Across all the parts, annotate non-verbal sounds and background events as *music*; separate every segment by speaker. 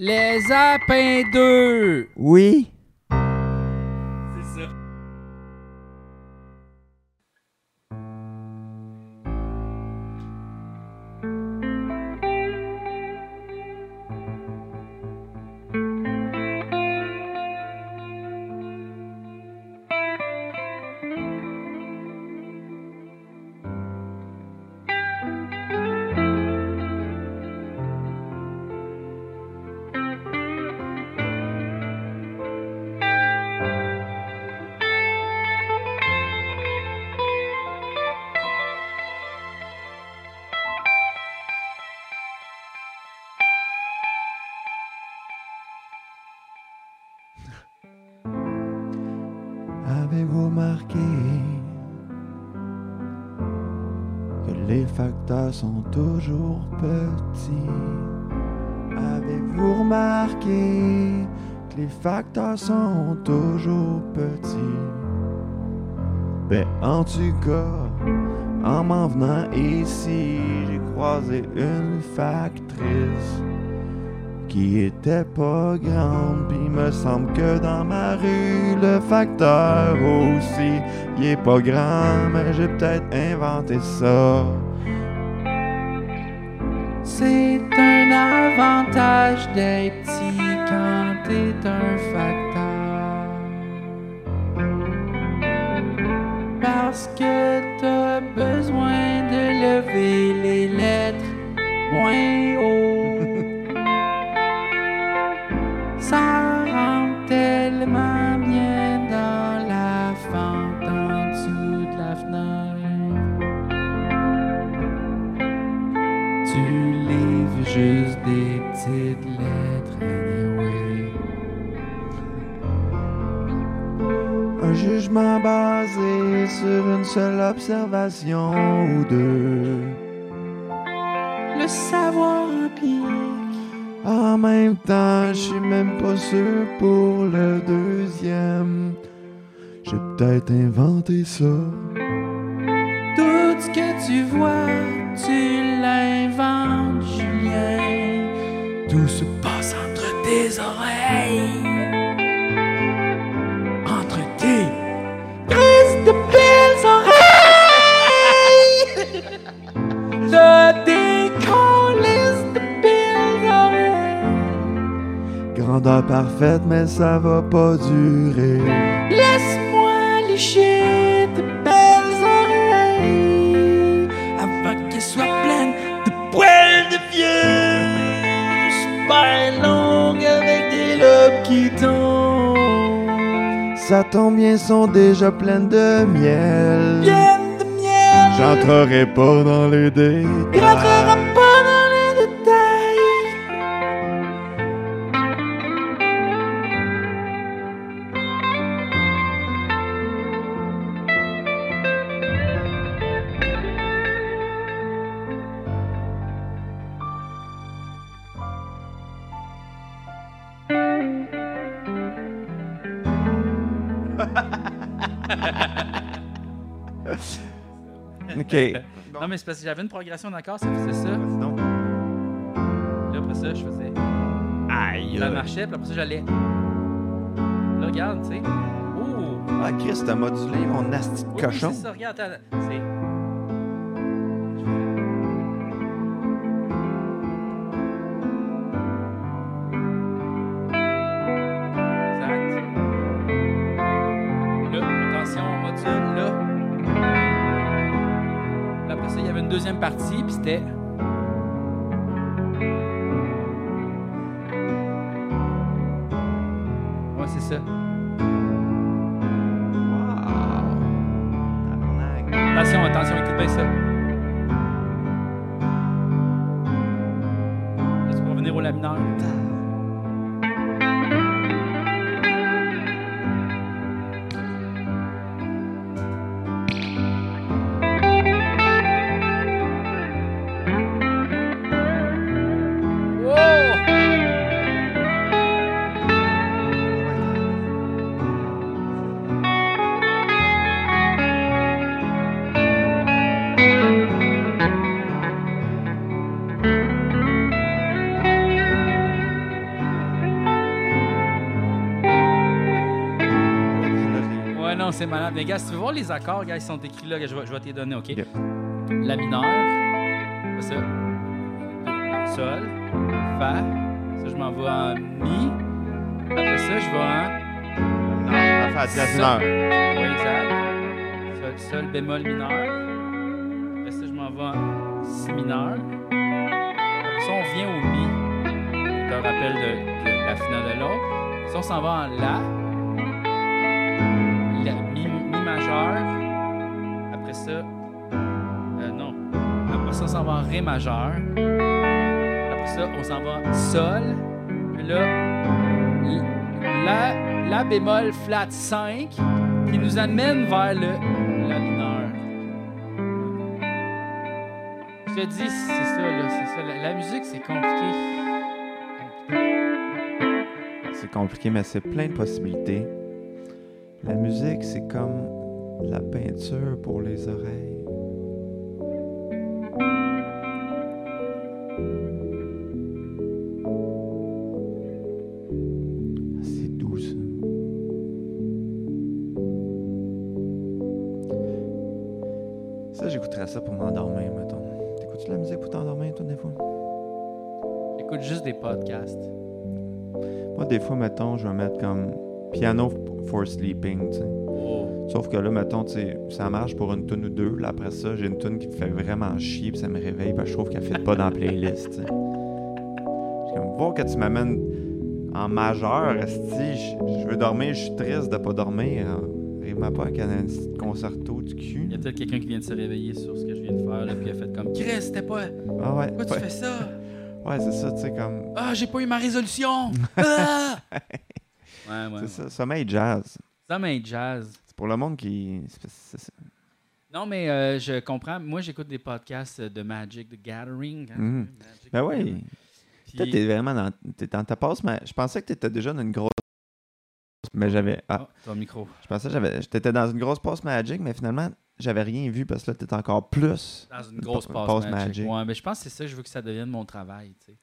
Speaker 1: Les Apins 2!
Speaker 2: Oui.
Speaker 1: C'est ça.
Speaker 2: Avez-vous remarqué que les facteurs sont toujours petits? Avez-vous remarqué que les facteurs sont toujours petits? Ben, en tout cas, en m'en venant ici, j'ai croisé une factrice qui était pas grande, pis me semble que dans ma rue, le facteur aussi, il est pas grand, mais j'ai peut-être inventé ça.
Speaker 1: C'est un avantage d'être petit quand t'es un facteur. Parce que t'as besoin de lever les lettres moins haut. Ça rentre tellement bien dans la fente en dessous de la fenêtre. Tu livres juste des petites lettres anyway.
Speaker 2: Un jugement basé sur une seule observation ou deux.
Speaker 1: Le savoir empirique,
Speaker 2: En même temps, je suis même pas sûr pour le deuxième. J'ai peut-être inventé ça.
Speaker 1: tout ce que tu vois, tu l'inventes, Julien. Tout se passe entre tes oreilles, entre tes crises de belles oreilles. Le décollisse de belles oreilles.
Speaker 2: Grandeur parfaite, mais ça va pas durer.
Speaker 1: Laisse-moi lécher tes belles oreilles avant qu'elles soient pleines de poils de vieux. Super longues avec des lobes qui tombent.
Speaker 2: Ça tombe bien, sont déjà pleines de miel.
Speaker 1: Pleines de miel.
Speaker 2: J'entrerai pas dans les
Speaker 1: Il rentrera
Speaker 2: détails.
Speaker 1: pas dans les détails.
Speaker 2: Ok.
Speaker 3: Non, mais c'est parce que j'avais une progression d'accord, ça faisait ça.
Speaker 2: Non.
Speaker 3: Là, après ça, je faisais.
Speaker 2: Aïe.
Speaker 3: Ça marchait, puis après ça, j'allais. Là, regarde, tu sais. Oh!
Speaker 2: Ah, Chris, t'as modulé mon asti de
Speaker 3: Oui,
Speaker 2: cochon.
Speaker 3: oui, C'est ça, regarde, attends. attends. C'est. Exact. Là, attention, on module, là. Là, après ça, il y avait une deuxième partie, puis c'était. Ouais, c'est ça. Attention, attention, écoute bien ça. Là, tu peux revenir au la mineur. Wow!
Speaker 1: c'est malade. Mais gars, si tu veux voir les accords, gars, ils sont écrits là, je vais, je vais te les donner, OK?
Speaker 2: Yep.
Speaker 1: La mineure, ça, sol, fa, ça, je m'en vais en mi. Après ça, je vais en...
Speaker 2: Non, la fa, c'est la mineure.
Speaker 1: Oui, exact. Sol, sol bémol mineur. Après ça, je m'en vais en si mineur. Après ça, on vient au mi. C'est un rappel de, de la finale de l'autre. Ça, on s'en va en la. La mi, mi majeur. Après ça, euh, non. Après ça, on s'en va en ré majeur. Après ça, on s'en va en sol. Puis là, l- la, la bémol flat 5 qui nous amène vers le la mineur. Je te dis, c'est ça, là, c'est ça. La, la musique, c'est compliqué.
Speaker 2: C'est compliqué, mais c'est plein de possibilités. La musique, c'est comme la peinture pour les oreilles. C'est doux, ça. Ça, j'écouterais ça pour m'endormir, mettons. T'écoutes-tu de la musique pour t'endormir, toi, des fois?
Speaker 1: J'écoute juste des podcasts.
Speaker 2: Moi, des fois, mettons, je vais mettre comme piano for sleeping, tu sais. Sauf que là, mettons, tu sais, ça marche pour une tune ou deux. Là, après ça, j'ai une tune qui me fait vraiment chier, puis ça me réveille, parce que je trouve qu'elle fit pas dans la playlist, tu sais. Je suis comme, voir que tu m'amènes en majeur, esti, je je veux dormir, je suis triste de pas dormir. Rive ma pas avec un petit concerto du cul.
Speaker 1: Il y a peut-être quelqu'un qui vient de se réveiller sur ce que je viens de faire, là, puis il a fait comme Chris, c'était pas.
Speaker 2: Ah ouais,
Speaker 1: Pourquoi tu
Speaker 2: ouais,
Speaker 1: fais ça
Speaker 2: ouais c'est ça, tu sais, comme...
Speaker 1: Ah, j'ai pas eu ma
Speaker 2: *laughs*
Speaker 1: résolution Ah! Ouais, ouais.
Speaker 2: C'est ça, sommeil jazz.
Speaker 1: Ça, mais jazz.
Speaker 2: C'est pour le monde qui... c'est- c'est- c'est-
Speaker 1: Non, mais euh, je comprends. Moi, j'écoute des podcasts euh, de Magic the Gathering. hein.
Speaker 2: Mhm.
Speaker 1: Magic
Speaker 2: Ben
Speaker 1: the
Speaker 2: ouais,
Speaker 1: Gathering. Puis-
Speaker 2: Toi, t'es vraiment dans, t'es dans ta passe, mais je pensais que t'étais déjà dans une grosse. Mais j'avais. Ah,
Speaker 1: Oh, ton micro.
Speaker 2: je pensais que j'avais. T'étais dans une grosse passe Magic, mais finalement, j'avais rien vu parce que là, t'étais encore plus.
Speaker 1: Dans une grosse
Speaker 2: Une
Speaker 1: passe,
Speaker 2: passe
Speaker 1: magic.
Speaker 2: Magic.
Speaker 1: Ouais, mais je pense que c'est ça, je veux que ça devienne mon travail. Tu sais.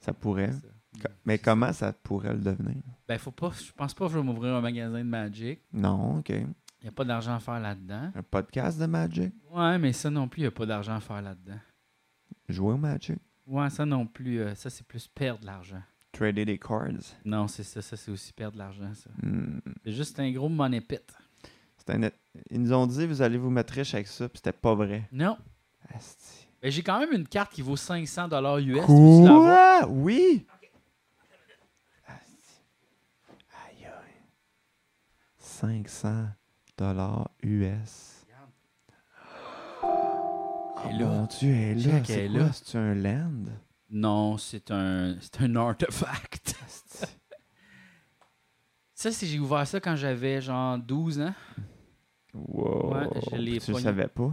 Speaker 2: Ça pourrait.
Speaker 1: C'est ça.
Speaker 2: Co- Mais comment ça pourrait le devenir
Speaker 1: Ben, faut pas, je pense pas que je vais m'ouvrir un magasin de Magic.
Speaker 2: Non, ok.
Speaker 1: Il n'y a pas d'argent à faire là-dedans.
Speaker 2: Un podcast de Magic
Speaker 1: Ouais, mais ça non plus, il n'y a pas d'argent à faire là-dedans.
Speaker 2: Jouer au Magic
Speaker 1: Ouais, ça non plus, euh, ça c'est plus perdre de l'argent.
Speaker 2: Trader des cards
Speaker 1: Non, c'est ça, ça c'est aussi perdre de l'argent, ça.
Speaker 2: Hmm.
Speaker 1: C'est juste un gros money pit.
Speaker 2: C'était un- Ils nous ont dit, vous allez vous mettre riche avec ça, puis c'était pas vrai.
Speaker 1: Non.
Speaker 2: Asti.
Speaker 1: Ben, j'ai quand même une carte qui vaut 500 dollars US. tu veux-tu la voir?
Speaker 2: Quoi Oui Asti. Aïe aïe. 500 dollars US.
Speaker 1: Regarde.
Speaker 2: Oh
Speaker 1: Elle est là.
Speaker 2: mon dieu, elle est là.
Speaker 1: Check,
Speaker 2: C'est
Speaker 1: elle est
Speaker 2: quoi?
Speaker 1: là.
Speaker 2: C'est un land?
Speaker 1: Non, c'est un, c'est un
Speaker 2: *laughs*
Speaker 1: artefact.
Speaker 2: Asti.
Speaker 1: Ça, c'est j'ai ouvert ça quand j'avais genre 12 ans.
Speaker 2: Wow.
Speaker 1: Ouais, je l'ai
Speaker 2: tu le
Speaker 1: pogné.
Speaker 2: savais pas?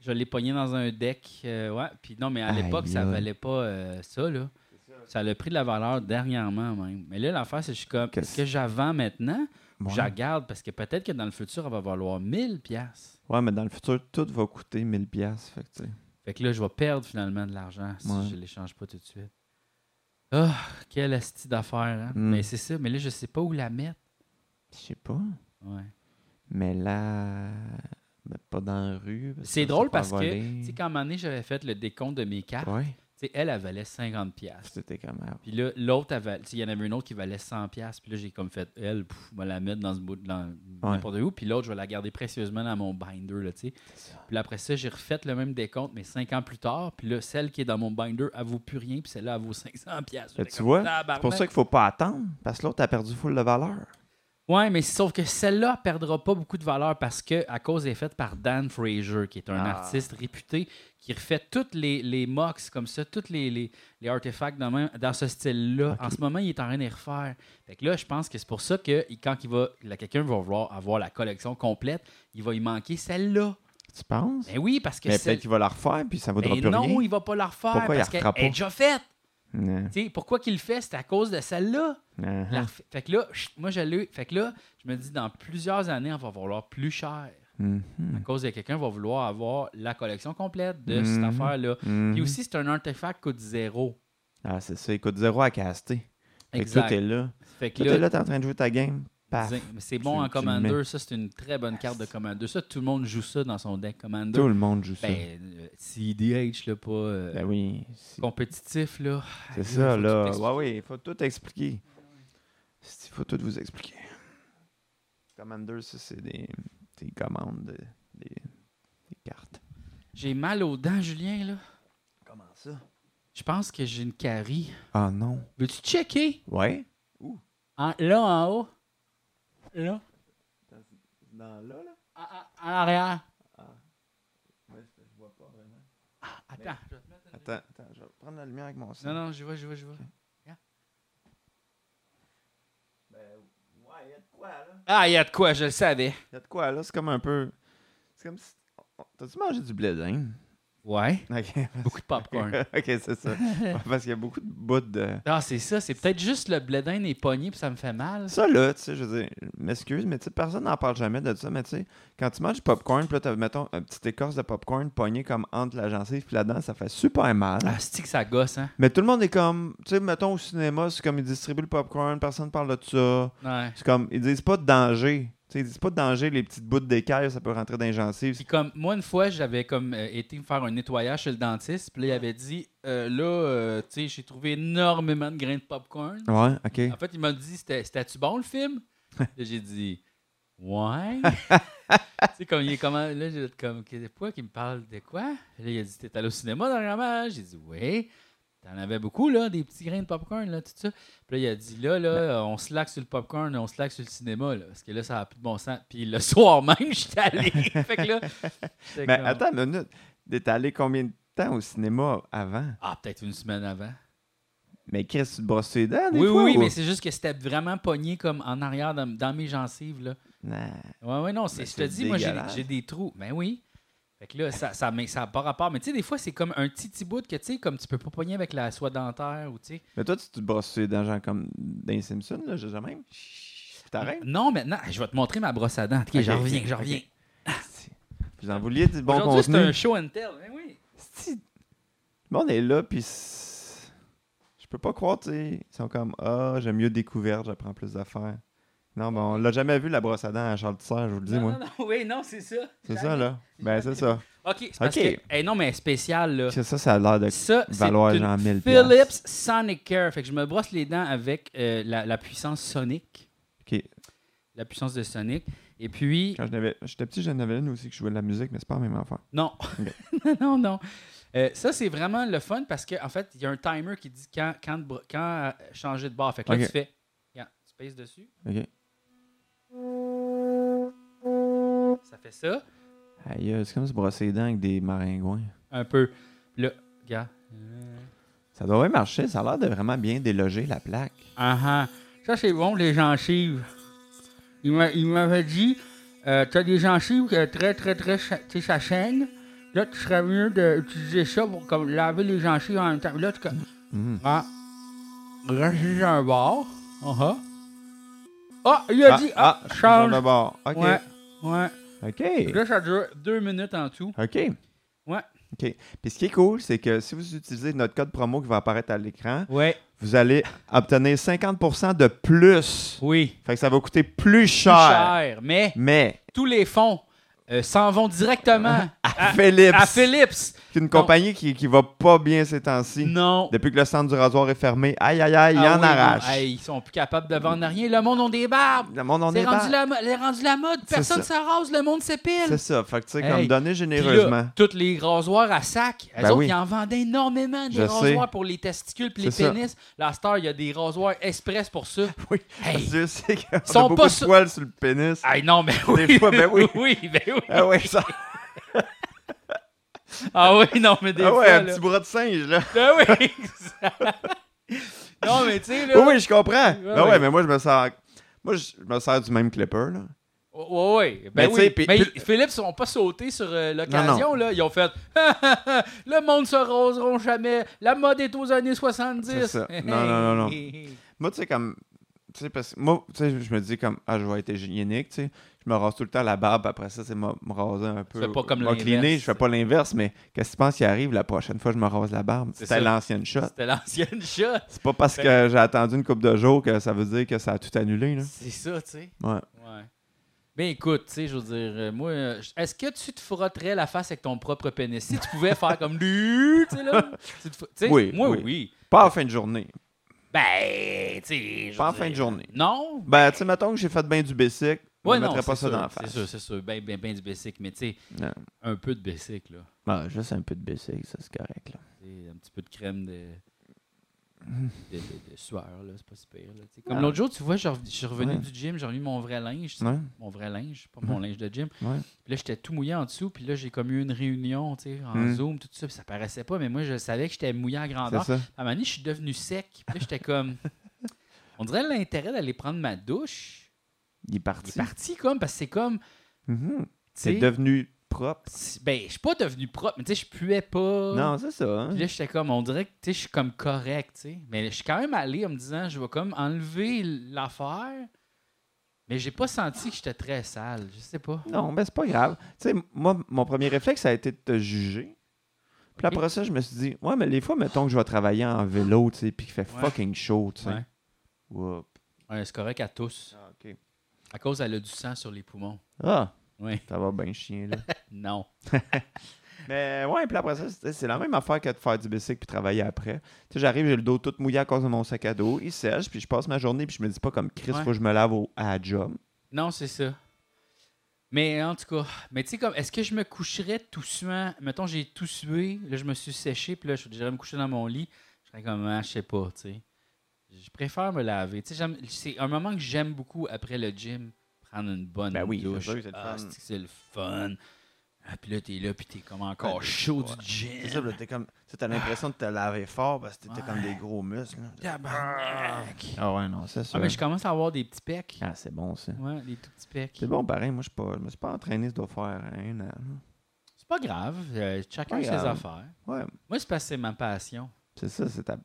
Speaker 1: Je l'ai pogné dans un deck. euh, ouais. Puis non, mais à
Speaker 2: Aïe,
Speaker 1: l'époque, ça
Speaker 2: aïe.
Speaker 1: valait pas euh, ça, là. Ça a pris de la valeur dernièrement même. Mais là, l'affaire, c'est que je suis comme,
Speaker 2: Qu'est-ce-
Speaker 1: est-ce que j'avance maintenant ou
Speaker 2: Ouais.
Speaker 1: je la garde? Parce que peut-être que dans le futur, elle va valoir 1000 pièces.
Speaker 2: Ouais, mais dans le futur, tout va coûter 1000 pièces. Fait que, tu sais,
Speaker 1: Fait que là, je vais perdre finalement de l'argent si
Speaker 2: Ouais.
Speaker 1: je ne l'échange pas tout de suite. Ah, quelle asti d'affaire, hein?
Speaker 2: Mm.
Speaker 1: Mais c'est ça. Mais là, je sais pas où la mettre.
Speaker 2: je sais pas.
Speaker 1: Ouais.
Speaker 2: Mais là, ben, pas dans la rue. parce
Speaker 1: C'est
Speaker 2: que ça
Speaker 1: drôle
Speaker 2: peut
Speaker 1: parce que,
Speaker 2: voler.
Speaker 1: tu sais, quand à un moment donné, j'avais fait le décompte de mes cartes,
Speaker 2: Ouais,
Speaker 1: tu sais, elle, elle valait 50 pièces.
Speaker 2: c'était quand même...
Speaker 1: Puis là, l'autre, elle val- tu sais, il y en avait une autre qui valait 100 pièces. Puis là, j'ai comme fait, elle, pff, je vais la mettre dans ce bout de dans n'importe où. Puis l'autre, je vais la garder précieusement dans mon binder, là, tu sais. Puis là, après ça, j'ai refait le même décompte, mais 5 ans plus tard. Puis là, celle qui est dans mon binder, elle vaut plus rien. Puis celle-là, elle vaut 500 pièces.
Speaker 2: Ben, tu vois, C'est pour ça qu'il faut pas attendre, parce que l'autre a perdu full de valeur.
Speaker 1: Ouais, mais sauf que celle-là elle perdra pas beaucoup de valeur parce que à cause elle est faite par Dan Fraser, qui est un
Speaker 2: Ah.
Speaker 1: artiste réputé qui refait toutes les, les mocks comme ça, tous les, les, les artefacts dans, même- dans ce style-là. En ce moment, il est en train de les refaire. Fait que là, je pense que c'est pour ça que il- quand il va, là, quelqu'un va vouloir avoir la collection complète, il va y manquer celle-là.
Speaker 2: Tu penses?
Speaker 1: Ben oui, parce que
Speaker 2: mais
Speaker 1: celle-
Speaker 2: peut-être qu'il va la refaire, puis ça vaudra
Speaker 1: Ben
Speaker 2: plus
Speaker 1: non,
Speaker 2: rien. Hein,
Speaker 1: il va pas la refaire
Speaker 2: Pourquoi il la
Speaker 1: parce qu'elle
Speaker 2: refera pas?
Speaker 1: est déjà faite.
Speaker 2: Non.
Speaker 1: Tu sais, pourquoi qu'il le fait, c'est à cause de celle-là.
Speaker 2: Ah, ah.
Speaker 1: La refa- Fait que là, chut, moi j'allais. Fait que là, je me dis dans plusieurs années, on va vouloir plus cher. À
Speaker 2: Mhm.
Speaker 1: cause de quelqu'un va vouloir avoir la collection complète de cette
Speaker 2: Mhm.
Speaker 1: affaire-là. Puis
Speaker 2: Mhm.
Speaker 1: aussi, c'est un artefact qui coûte zéro.
Speaker 2: Ah, c'est ça, il coûte zéro à caster. Fait que
Speaker 1: Exact.
Speaker 2: tout est là.
Speaker 1: Fait que
Speaker 2: Tout est
Speaker 1: là,
Speaker 2: là, t'es en train de jouer ta game. Paf.
Speaker 1: Zing. Mais C'est bon
Speaker 2: Tu-
Speaker 1: en
Speaker 2: tu le mets.
Speaker 1: Commander. Ça, c'est une très bonne carte de Commander. Ça, tout le monde joue ça dans son deck Commander.
Speaker 2: Tout le monde joue ça.
Speaker 1: Ben, euh, CDH, là, pas euh,
Speaker 2: Ben oui, c'est
Speaker 1: compétitif, là.
Speaker 2: c'est
Speaker 1: Faut que
Speaker 2: ça,
Speaker 1: tu
Speaker 2: là.
Speaker 1: t'expliques.
Speaker 2: Ouais, oui, il faut tout expliquer. Il faut tout vous expliquer. Commander, ça, c'est des, des commandes, de- des, des cartes.
Speaker 1: J'ai mal aux dents, Julien, là.
Speaker 2: Comment ça?
Speaker 1: Je pense que j'ai une carie.
Speaker 2: Ah non.
Speaker 1: Veux-tu checker?
Speaker 2: Ouais?
Speaker 1: En- là, en haut. Là.
Speaker 2: Dans là, là?
Speaker 1: En, en- en arrière.
Speaker 2: Ouais, je vois pas vraiment.
Speaker 1: Ah, attends. je vais te mettre-
Speaker 2: Attends, attends, je vais prendre la lumière avec mon
Speaker 1: Non, non, je vois, je vois, je vois.
Speaker 2: Ben, ouais, il y a de quoi, là?
Speaker 1: Ah, il y a de quoi, je le savais.
Speaker 2: Il y a de quoi, là? C'est comme un peu... C'est comme si... T'as-tu mangé du blé d'Inde?
Speaker 1: Ouais.
Speaker 2: *laughs* OK.
Speaker 1: Beaucoup de *laughs* popcorn.
Speaker 2: *laughs* OK, c'est ça. Parce qu'il y a beaucoup de bouts de...
Speaker 1: Ah, c'est ça. C'est peut-être juste le blé d'Inde est pogné puis ça me fait mal.
Speaker 2: Ça, là, tu sais, je veux dire, je m'excuse, mais tu sais, personne n'en parle jamais de ça, mais tu sais, quand tu manges du popcorn, puis là, t'as, mettons, une petite écorce de popcorn pognée comme entre la gencive puis là-dedans, ça fait super mal.
Speaker 1: Ah, c'est que ça gosse, hein?
Speaker 2: Mais tout le monde est comme, tu sais, mettons, au cinéma, c'est comme ils distribuent le popcorn, personne parle de ça.
Speaker 1: Ouais.
Speaker 2: C'est comme, ils disent pas de danger. Tu sais, ils disent pas de danger, les petites bouts d'écaille, ça peut rentrer dans les gencives.
Speaker 1: Puis comme moi une fois, j'avais comme euh, été me faire un nettoyage chez le dentiste, puis là il avait dit euh, là euh, tu sais, j'ai trouvé énormément de grains de popcorn.
Speaker 2: Ouais, ok.
Speaker 1: En fait, il m'a dit c'était c'était-tu bon le
Speaker 2: *laughs*
Speaker 1: film Là, j'ai dit ouais. tu sais comme il est comment là j'ai fait comme Qu'est- quoi qui me parle de quoi Puis Là il a dit t'es allé au cinéma dernièrement J'ai dit oui. T'en avais beaucoup là des petits grains de popcorn là tout ça. Puis là il a dit là là
Speaker 2: Ben.
Speaker 1: euh, on se laque sur le popcorn, on se laque sur le cinéma là parce que là ça a plus de bon sens. Puis le *laughs* soir même j'étais
Speaker 2: *laughs*
Speaker 1: allé. fait que là j'étais
Speaker 2: Mais
Speaker 1: comme-
Speaker 2: attends une minute, t'es allé combien de temps au cinéma avant?
Speaker 1: Ah, peut-être une semaine avant.
Speaker 2: Mais Chris, tu te brosses les dents, des
Speaker 1: Oui,
Speaker 2: fois,
Speaker 1: oui, oui,
Speaker 2: ou-
Speaker 1: mais c'est juste que c'était vraiment pogné comme en arrière dans, dans mes gencives. Là.
Speaker 2: Nah.
Speaker 1: Ouais, ouais, non, c'est,
Speaker 2: Mais
Speaker 1: je te
Speaker 2: c'est
Speaker 1: dis, moi, j'ai,
Speaker 2: dégueulasse.
Speaker 1: j'ai des trous. Ben oui. Fait que là, ça n'a ça, mais ça a pas rapport. Mais tu sais, des fois, c'est comme un petit, petit bout que tu sais, comme tu peux pas pogner avec la soie dentaire ou tu sais.
Speaker 2: Mais toi, tu te brosses les dents, genre comme dans les Simpsons, là, j'ai jamais. Puis t'arrêtes.
Speaker 1: Non, maintenant, je vais te montrer ma brosse à dents. Ok,
Speaker 2: Ok,
Speaker 1: j'en
Speaker 2: ok,
Speaker 1: reviens, j'en
Speaker 2: ok.
Speaker 1: reviens.
Speaker 2: Si. Puis Vous en vouliez du bon
Speaker 1: Aujourd'hui, c'est un
Speaker 2: contenu.
Speaker 1: show and tell. Ben oui.
Speaker 2: Si. Le monde est là, puis c'est- je peux pas croire, tu sais. Ils sont comme, ah, j'aime mieux découverte, j'apprends plus d'affaires. Non, ben, on l'a jamais vu, la brosse à dents à Charles Tissère, je vous le dis,
Speaker 1: non,
Speaker 2: moi.
Speaker 1: non, non, oui, non, c'est ça.
Speaker 2: C'est ça, là. Ben, c'est ça.
Speaker 1: OK, c'est parce
Speaker 2: Ok.
Speaker 1: que. Eh non, mais spécial, là.
Speaker 2: C'est ça, ça a l'air de.
Speaker 1: Ça, Euh, c'est
Speaker 2: Valoir
Speaker 1: une
Speaker 2: genre 1000
Speaker 1: Philips Sonic Care. Fait que je me brosse les dents avec euh, la, la puissance Sonic.
Speaker 2: Ok.
Speaker 1: La puissance de Sonic. Et puis,
Speaker 2: Quand j'en avais- j'étais petit, j'en avais une aussi que je jouais de la musique, mais c'est pas la même affaire.
Speaker 1: non. *laughs* non, non, non. Euh, ça, c'est vraiment le fun parce qu'en en fait, il y a un timer qui dit quand, quand, te bro- quand euh, changer de barre. Fait que là,
Speaker 2: Ok.
Speaker 1: tu fais. Regarde, tu pèses dessus.
Speaker 2: Ok.
Speaker 1: Ça fait ça.
Speaker 2: Aïe, euh, c'est comme se brosser les dents avec des maringouins.
Speaker 1: Un peu. Puis Là, regarde. Euh,
Speaker 2: Ça devrait marcher, ça a l'air de vraiment bien déloger la plaque.
Speaker 1: Ah ah. Ça, c'est bon, les gencives. Il m'a- il m'avait dit, euh, t'as des gencives euh, très, très, très, cha- tu sais, ça chaîne. Là, tu serais mieux d'utiliser ça pour comme, laver les gencives en même temps. Là, tu comme,
Speaker 2: Mhm.
Speaker 1: ah, rajoute un bord. Ah ah. Ah, il a dit, ah, change.
Speaker 2: de bord. OK.
Speaker 1: Ouais, ouais.
Speaker 2: OK.
Speaker 1: Là, ça dure deux minutes en tout.
Speaker 2: OK.
Speaker 1: Ouais.
Speaker 2: OK. Puis ce qui est cool, c'est que si vous utilisez notre code promo qui va apparaître à l'écran,
Speaker 1: Ouais,
Speaker 2: vous allez obtenir 50 de plus.
Speaker 1: oui.
Speaker 2: Fait que ça va coûter plus
Speaker 1: Plus
Speaker 2: cher.
Speaker 1: cher. Mais
Speaker 2: Mais
Speaker 1: tous les fonds euh, s'en vont directement à,
Speaker 2: Philips,
Speaker 1: à Philips.
Speaker 2: c'est une compagnie qui, qui va pas bien ces temps-ci.
Speaker 1: Non.
Speaker 2: Depuis que le centre du rasoir est fermé, aïe, aïe, aïe, il
Speaker 1: Ah
Speaker 2: en
Speaker 1: oui,
Speaker 2: arrache.
Speaker 1: non. Hey, ils sont plus capables de vendre rien. Le monde ont des barbes.
Speaker 2: Le monde, on
Speaker 1: C'est
Speaker 2: est
Speaker 1: rendu,
Speaker 2: bas.
Speaker 1: la mo- c'est rendu la mode.
Speaker 2: C'est
Speaker 1: Personne
Speaker 2: ça.
Speaker 1: se rase. Le monde s'épile.
Speaker 2: C'est ça. Fait que tu sais,
Speaker 1: Hey.
Speaker 2: comme donner
Speaker 1: Puis là,
Speaker 2: généreusement.
Speaker 1: Toutes les rasoirs à sac. Elles
Speaker 2: Ben
Speaker 1: autres,
Speaker 2: oui.
Speaker 1: ils en vendaient énormément des
Speaker 2: Je
Speaker 1: rasoirs
Speaker 2: sais.
Speaker 1: pour les testicules et les
Speaker 2: C'est ça.
Speaker 1: pénis. La star, il y a des rasoirs express pour ça.
Speaker 2: *laughs* Oui.
Speaker 1: Hey.
Speaker 2: Dieu sait qu'on a
Speaker 1: sont
Speaker 2: beaucoup
Speaker 1: pas
Speaker 2: de
Speaker 1: sur-
Speaker 2: poils sur le pénis.
Speaker 1: Hey, non, mais oui.
Speaker 2: fois, ben oui.
Speaker 1: *laughs* oui, ben oui.
Speaker 2: Ah ouais, ça.
Speaker 1: Ah oui, non, mais des
Speaker 2: Ah
Speaker 1: fois,
Speaker 2: ouais, un
Speaker 1: là.
Speaker 2: petit bras de singe, là.
Speaker 1: Ben oui. *laughs* non, mais tu sais, là.
Speaker 2: Oui, oui, je comprends.
Speaker 1: Ouais,
Speaker 2: Ben
Speaker 1: ouais.
Speaker 2: ouais, mais moi, je me sers. Moi, je je me sers du même clipper, là.
Speaker 1: Ouais, ouais, ouais. Ben
Speaker 2: Mais tu
Speaker 1: oui.
Speaker 2: sais, puis-
Speaker 1: mais
Speaker 2: puis-
Speaker 1: Philips, ils n'ont pas sauté sur euh, l'occasion. là. Ils ont fait *laughs* Ah, Le monde se roseront jamais. La mode est aux années 70.
Speaker 2: C'est ça. Non, non, non, non.
Speaker 1: Hey, hey, hey.
Speaker 2: Moi, tu sais, comme. tu sais, parce que moi, tu sais, je me dis comme, ah, je vais être hygiénique, tu sais. Je me rase tout le temps la barbe, après ça, c'est me me raser un peu.
Speaker 1: fais pas comme
Speaker 2: me cleaner,
Speaker 1: l'inverse.
Speaker 2: Je fais pas l'inverse, mais qu'est-ce que tu penses qui arrive la prochaine fois que je me rase la barbe?
Speaker 1: C'est ça.
Speaker 2: C'était l'ancienne
Speaker 1: *laughs*
Speaker 2: shot.
Speaker 1: C'était l'ancienne shot.
Speaker 2: C'est pas parce que j'ai attendu une coupe de jours que ça veut dire que ça a tout annulé, là.
Speaker 1: C'est ça, tu sais.
Speaker 2: Ouais.
Speaker 1: Ouais. Ben écoute, tu sais, je veux dire, euh, moi, euh, j- est-ce que tu te frotterais la face avec ton propre pénis? Si tu pouvais faire comme lui, tu sais, là. tu te fr- tu sais,
Speaker 2: Oui,
Speaker 1: moi, oui.
Speaker 2: oui. Pas en fin de journée.
Speaker 1: Ben, tu sais. je
Speaker 2: Pas en
Speaker 1: veux
Speaker 2: fin de
Speaker 1: dire,
Speaker 2: journée.
Speaker 1: Non?
Speaker 2: Ben, tu sais, mettons que j'ai fait bien du bicycle, je
Speaker 1: Ouais,
Speaker 2: ne
Speaker 1: non.
Speaker 2: mettrais pas
Speaker 1: c'est
Speaker 2: ça
Speaker 1: sûr,
Speaker 2: dans la face.
Speaker 1: C'est sûr, c'est sûr. Ben, ben, ben du basic, mais tu sais,
Speaker 2: Non.
Speaker 1: un peu de basic, là.
Speaker 2: Ben, juste un peu de bicycle, ça, c'est correct, là.
Speaker 1: C'est un petit peu de crème de, de, de- de sueur, là. C'est pas si pire, là. tu sais. Comme l'autre jour, tu vois, je rev- je suis revenu
Speaker 2: Ah. Ouais.
Speaker 1: du gym, j'ai remis mon vrai linge, tu sais,
Speaker 2: Ouais,
Speaker 1: mon vrai linge, pas mon linge de gym.
Speaker 2: ouais.
Speaker 1: Puis là, j'étais tout mouillé en dessous. Puis là, j'ai comme eu une réunion, tu sais, en
Speaker 2: Mm.
Speaker 1: Zoom, tout ça. Puis ça paraissait pas, mais moi, je savais que j'étais mouillé à
Speaker 2: C'est
Speaker 1: grandeur.
Speaker 2: ça.
Speaker 1: À un moment donné, je suis devenu sec. Puis là, j'étais comme. *laughs* On dirait l'intérêt d'aller prendre ma douche.
Speaker 2: Il est
Speaker 1: Il
Speaker 2: parti.
Speaker 1: est parti, comme, parce que c'est comme. tu
Speaker 2: Mhm. C'est
Speaker 1: sais,
Speaker 2: devenu propre.
Speaker 1: si- Ben, je suis pas devenu propre, mais tu sais, je puais pas.
Speaker 2: Non, c'est ça. hein.
Speaker 1: Puis là, j'étais comme, on dirait que tu sais, je suis comme correct, tu sais. Mais je suis quand même allé en me disant, je vais comme enlever l'affaire. Mais j'ai pas senti que j'étais très sale. Je sais pas.
Speaker 2: Non, mais c'est pas grave. Tu sais, moi, mon premier réflexe, ça a été de te juger. Puis
Speaker 1: Ok.
Speaker 2: après ça, je me suis dit, ouais, mais les fois, mettons que je vais travailler en vélo, tu sais, puis qu'il fait
Speaker 1: Ouais.
Speaker 2: fucking chaud, tu sais.
Speaker 1: Ouais.
Speaker 2: Whoop.
Speaker 1: Ouais, c'est correct à tous.
Speaker 2: Ah, ok.
Speaker 1: À cause, elle a du sang sur les poumons.
Speaker 2: Ah,
Speaker 1: Oui.
Speaker 2: ça va bien
Speaker 1: *laughs*
Speaker 2: chien, là.
Speaker 1: Non.
Speaker 2: mais ouais, puis après ça, c'est c'est la même affaire que de faire du bicycle puis travailler après. Tu sais, j'arrive, j'ai le dos tout mouillé à cause de mon sac à dos, il sèche, puis je passe ma journée, puis je me dis pas comme Chris,
Speaker 1: Ouais.
Speaker 2: faut que je me lave au, à la job.
Speaker 1: Non, c'est ça. Mais en tout cas, mais tu sais comme est-ce que je me coucherais tout suant, mettons j'ai tout sué, là je me suis séché, puis là je dirais me coucher dans mon lit, je serais comme ah, je sais pas, tu sais. Je préfère me laver. Tu sais, j'aime- c'est un moment que j'aime beaucoup après le gym, prendre une bonne
Speaker 2: Ben oui, c'est
Speaker 1: douche.
Speaker 2: sûr que c'est le
Speaker 1: Ah,
Speaker 2: fun.
Speaker 1: c'est que c'est le fun. Ah, puis là t'es là, puis t'es comme encore chaud du gym.
Speaker 2: Ben, C'est ça, là, t'es comme, tu sais, t'as l'impression de te laver fort parce que t'étais
Speaker 1: Ouais.
Speaker 2: comme des gros muscles. là.
Speaker 1: Tabarnak!
Speaker 2: Ah ouais, non, c'est
Speaker 1: Ah
Speaker 2: sûr.
Speaker 1: mais je commence à avoir des petits pecs.
Speaker 2: Ah, c'est bon, ça.
Speaker 1: Ouais, des tout petits pecs.
Speaker 2: C'est bon, pareil. Moi, je suis pas- je me suis pas entraîné, ça doit faire un an.
Speaker 1: C'est pas grave, euh, chacun
Speaker 2: Pas
Speaker 1: ses
Speaker 2: grave.
Speaker 1: affaires.
Speaker 2: Ouais,
Speaker 1: Moi, c'est parce que c'est ma passion.
Speaker 2: c'est ça, c'est ta...